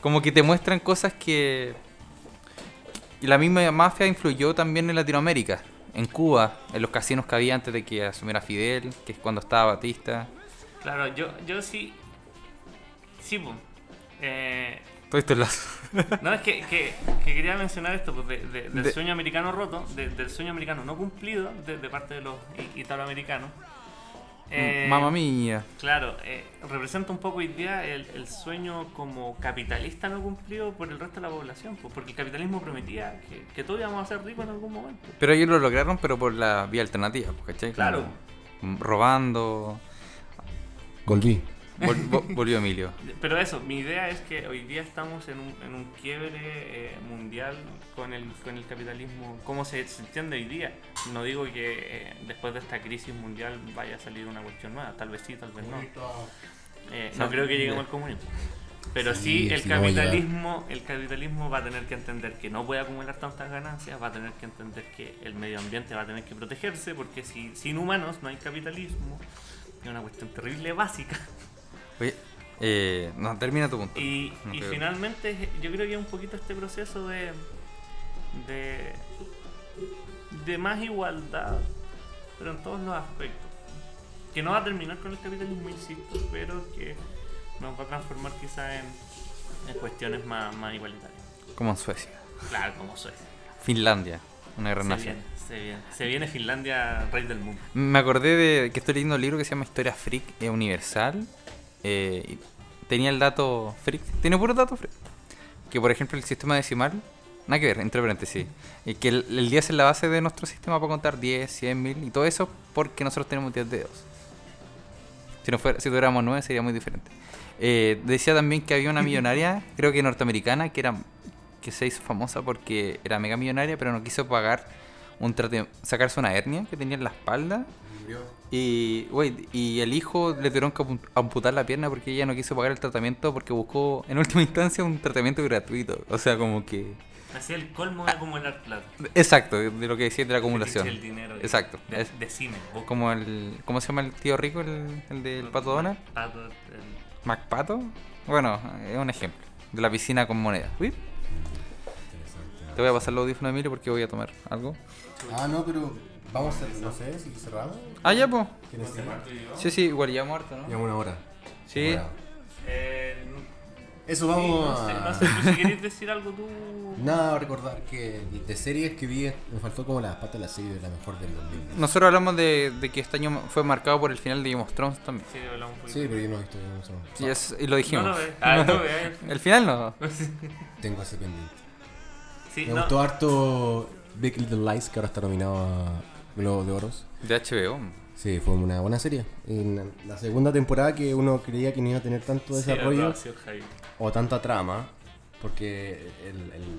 [SPEAKER 2] Como que te muestran cosas que. y la misma mafia influyó también en Latinoamérica, en Cuba, en los casinos que había antes de que asumiera Fidel, que es cuando estaba Batista.
[SPEAKER 3] Claro, yo, yo sí. Sí, po. Eh,
[SPEAKER 2] Todo esto es la-
[SPEAKER 3] No, es que, que- que quería mencionar esto, pues, de- de- del
[SPEAKER 2] De-
[SPEAKER 3] sueño americano roto, de- del sueño americano no cumplido de, de parte de los i- italoamericanos. Eh,
[SPEAKER 2] Mamma mía.
[SPEAKER 3] Claro, eh, representa un poco hoy día el, el sueño como capitalista no cumplido por el resto de la población, pues, porque el capitalismo prometía que, que todos íbamos a ser ricos en algún momento.
[SPEAKER 2] Pero ellos lo lograron, pero por la vía alternativa, pues, ¿cachai?
[SPEAKER 3] Claro.
[SPEAKER 2] Como, mm, robando.
[SPEAKER 4] Volví.
[SPEAKER 2] Vol- vo- volvió Emilio.
[SPEAKER 3] Pero eso, mi idea es que hoy día estamos en un, en un quiebre eh, mundial con el, con el capitalismo, como se, se entiende hoy día. No digo que eh, después de esta crisis mundial vaya a salir una cuestión nueva, tal vez sí, tal vez no. Eh, no creo que lleguemos al comunismo. Pero
[SPEAKER 4] Sí,
[SPEAKER 3] sí, el
[SPEAKER 4] sí, no va a llegar.
[SPEAKER 3] capitalismo, el capitalismo va a tener que entender que no puede acumular tantas ganancias, va a tener que entender que el medio ambiente va a tener que protegerse, porque si sin humanos no hay capitalismo. Es una cuestión terrible básica.
[SPEAKER 2] Oye, eh, no, termina tu punto.
[SPEAKER 3] Y,
[SPEAKER 2] No
[SPEAKER 3] y
[SPEAKER 2] creo.
[SPEAKER 3] finalmente yo creo que es un poquito este proceso de, de de más igualdad, pero en todos los aspectos. Que no va a terminar con el capitalismo, insisto, pero que nos va a transformar quizá en, en cuestiones más, más igualitarias.
[SPEAKER 2] Como en Suecia.
[SPEAKER 3] Claro, como Suecia.
[SPEAKER 2] Finlandia, una gran
[SPEAKER 3] Se
[SPEAKER 2] nación.
[SPEAKER 3] viene, se viene. Se viene Finlandia, rey del mundo.
[SPEAKER 2] Me acordé de que estoy leyendo un libro que se llama Historia Freak eh, Universal. eh, y tenía el dato freak. Tiene puro dato freak. Que por ejemplo el sistema decimal. Nada que ver, entre paréntesis. Y que el, el 10 es la base de nuestro sistema para contar 10, 100, 1000 y todo eso porque nosotros tenemos 10 dedos. Si, no fuera, si tuviéramos 9 sería muy diferente. Eh, decía también que había una millonaria, creo que norteamericana, que era que se hizo famosa porque era mega millonaria, pero no quiso pagar un trate- sacarse una hernia que tenía en la espalda. Y, güey, y el hijo le tuvieron que apu- amputar la pierna porque ella no quiso pagar el tratamiento porque buscó en última [laughs] instancia un tratamiento gratuito. O sea, como que...
[SPEAKER 3] Así el colmo de acumular plata.
[SPEAKER 2] Exacto, de- de lo que decía de la acumulación.
[SPEAKER 3] El dinero. de-
[SPEAKER 2] Exacto.
[SPEAKER 3] De,
[SPEAKER 2] es
[SPEAKER 3] de cine. o-
[SPEAKER 2] como el, ¿Cómo se llama el tío rico, el, el del Pato Donald?
[SPEAKER 3] Pato, el-
[SPEAKER 2] ¿MacPato? Bueno, es un ejemplo. De la piscina con moneda. Uy. Te voy a pasar los audífonos, Emilio, porque voy a tomar algo.
[SPEAKER 4] Ah, no, pero vamos a no sé, si cerramos.
[SPEAKER 2] Ah, ya, po.
[SPEAKER 4] ¿Tienes tiempo?
[SPEAKER 2] Sí, sí, igual ya muerto,
[SPEAKER 4] Ya
[SPEAKER 2] ¿no?
[SPEAKER 4] una hora.
[SPEAKER 2] Sí.
[SPEAKER 4] Una hora.
[SPEAKER 3] el-
[SPEAKER 1] Eso
[SPEAKER 3] Sí,
[SPEAKER 1] vamos
[SPEAKER 3] no sé,
[SPEAKER 1] a...
[SPEAKER 3] no sé, tú si querés decir algo tú.
[SPEAKER 1] Nada, recordar que de series que vi, me faltó como las patas de la serie de la mejor del 2000.
[SPEAKER 2] Nosotros hablamos de, de que este año fue marcado por el final de Game of Thrones también.
[SPEAKER 3] Sí, hablamos un poquito.
[SPEAKER 1] Sí, pero yo no he visto Game of Thrones.
[SPEAKER 2] Sí, es- y lo dijimos.
[SPEAKER 3] No lo ve. Ah, no
[SPEAKER 2] [laughs]
[SPEAKER 3] ve.
[SPEAKER 2] El final no.
[SPEAKER 1] Tengo ese pendiente.
[SPEAKER 3] Sí,
[SPEAKER 1] Me
[SPEAKER 3] no.
[SPEAKER 1] gustó harto Big Little Lies, que ahora está nominado a Globo de Oros.
[SPEAKER 2] De HBO.
[SPEAKER 1] Sí, fue una buena serie. En la segunda temporada que uno creía que no iba a tener tanto
[SPEAKER 3] Sí,
[SPEAKER 1] desarrollo
[SPEAKER 3] verdad, sí, el Javi.
[SPEAKER 1] o tanta trama, porque el, el-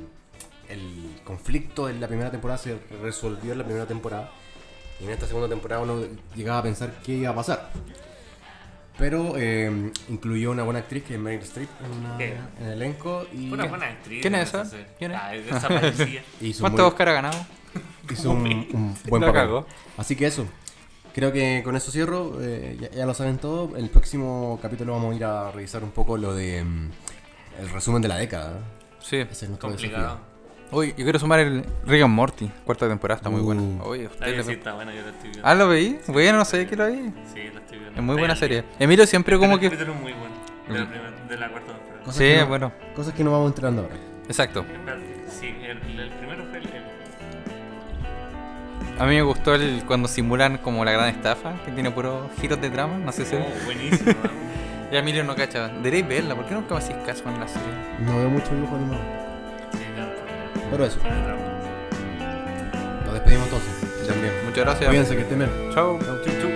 [SPEAKER 1] el conflicto en la primera temporada se resolvió en la primera temporada. Y en esta segunda temporada uno llegaba a pensar qué iba a pasar. Pero eh, incluyó una buena actriz que es Meryl Streep en, una-
[SPEAKER 3] Sí.
[SPEAKER 1] en el elenco. Y,
[SPEAKER 3] Fue una buena actriz.
[SPEAKER 2] ¿Quién es
[SPEAKER 3] no
[SPEAKER 2] esa?
[SPEAKER 3] sé.
[SPEAKER 2] ¿Quién es?
[SPEAKER 3] Ah,
[SPEAKER 2] [laughs]
[SPEAKER 3] es desaparecida.
[SPEAKER 1] hizo
[SPEAKER 2] ¿Cuántos
[SPEAKER 1] muy-
[SPEAKER 2] Oscar ha ganado?
[SPEAKER 1] hizo un, un buen
[SPEAKER 2] La
[SPEAKER 1] papel.
[SPEAKER 2] cagó.
[SPEAKER 1] Así que eso. Creo que con eso cierro. eh, ya, ya lo saben todo. El próximo capítulo vamos a ir a revisar un poco lo de mm, el resumen de la década. ¿no?
[SPEAKER 2] Sí.
[SPEAKER 1] Ese es nuestro
[SPEAKER 3] Complicado.
[SPEAKER 1] desafío.
[SPEAKER 2] Uy, yo quiero sumar el Rick and Morty. Cuarta temporada está muy
[SPEAKER 1] Uh.
[SPEAKER 2] buena. Oye,
[SPEAKER 3] La
[SPEAKER 2] ustedes le-
[SPEAKER 3] visita, bueno, yo la estoy viendo.
[SPEAKER 2] Ah, ¿lo veí? Bueno, no sé que lo vi.
[SPEAKER 3] Sí, la estoy viendo.
[SPEAKER 2] Es muy buena
[SPEAKER 3] Está ahí.
[SPEAKER 2] serie. Emilio siempre como
[SPEAKER 3] [laughs] El
[SPEAKER 2] que... Mm.
[SPEAKER 3] capítulo es muy bueno. De la, primera- de la cuarta temporada.
[SPEAKER 1] Cosas
[SPEAKER 2] Sí,
[SPEAKER 1] que no-
[SPEAKER 2] bueno.
[SPEAKER 1] Cosas que no vamos entrando ahora.
[SPEAKER 2] Exacto.
[SPEAKER 3] Espérate, Sí, el, el primero fue el. el-
[SPEAKER 2] A mí me gustó el cuando simulan como la gran estafa, que tiene puros giros de trama, no sé si...
[SPEAKER 3] Oh, buenísimo. ¿no?
[SPEAKER 2] Ya Emilio no cacha. Deberéis verla, ¿por qué nunca me hacéis caso en la serie?
[SPEAKER 1] No veo mucho dibujo animado.
[SPEAKER 3] Sí, claro.
[SPEAKER 1] Pero eso.
[SPEAKER 3] Sabe drama.
[SPEAKER 1] Nos despedimos entonces. También.
[SPEAKER 2] Muchas gracias.
[SPEAKER 1] Cuídense que estén bien.
[SPEAKER 2] Chao.
[SPEAKER 3] Chau, chau.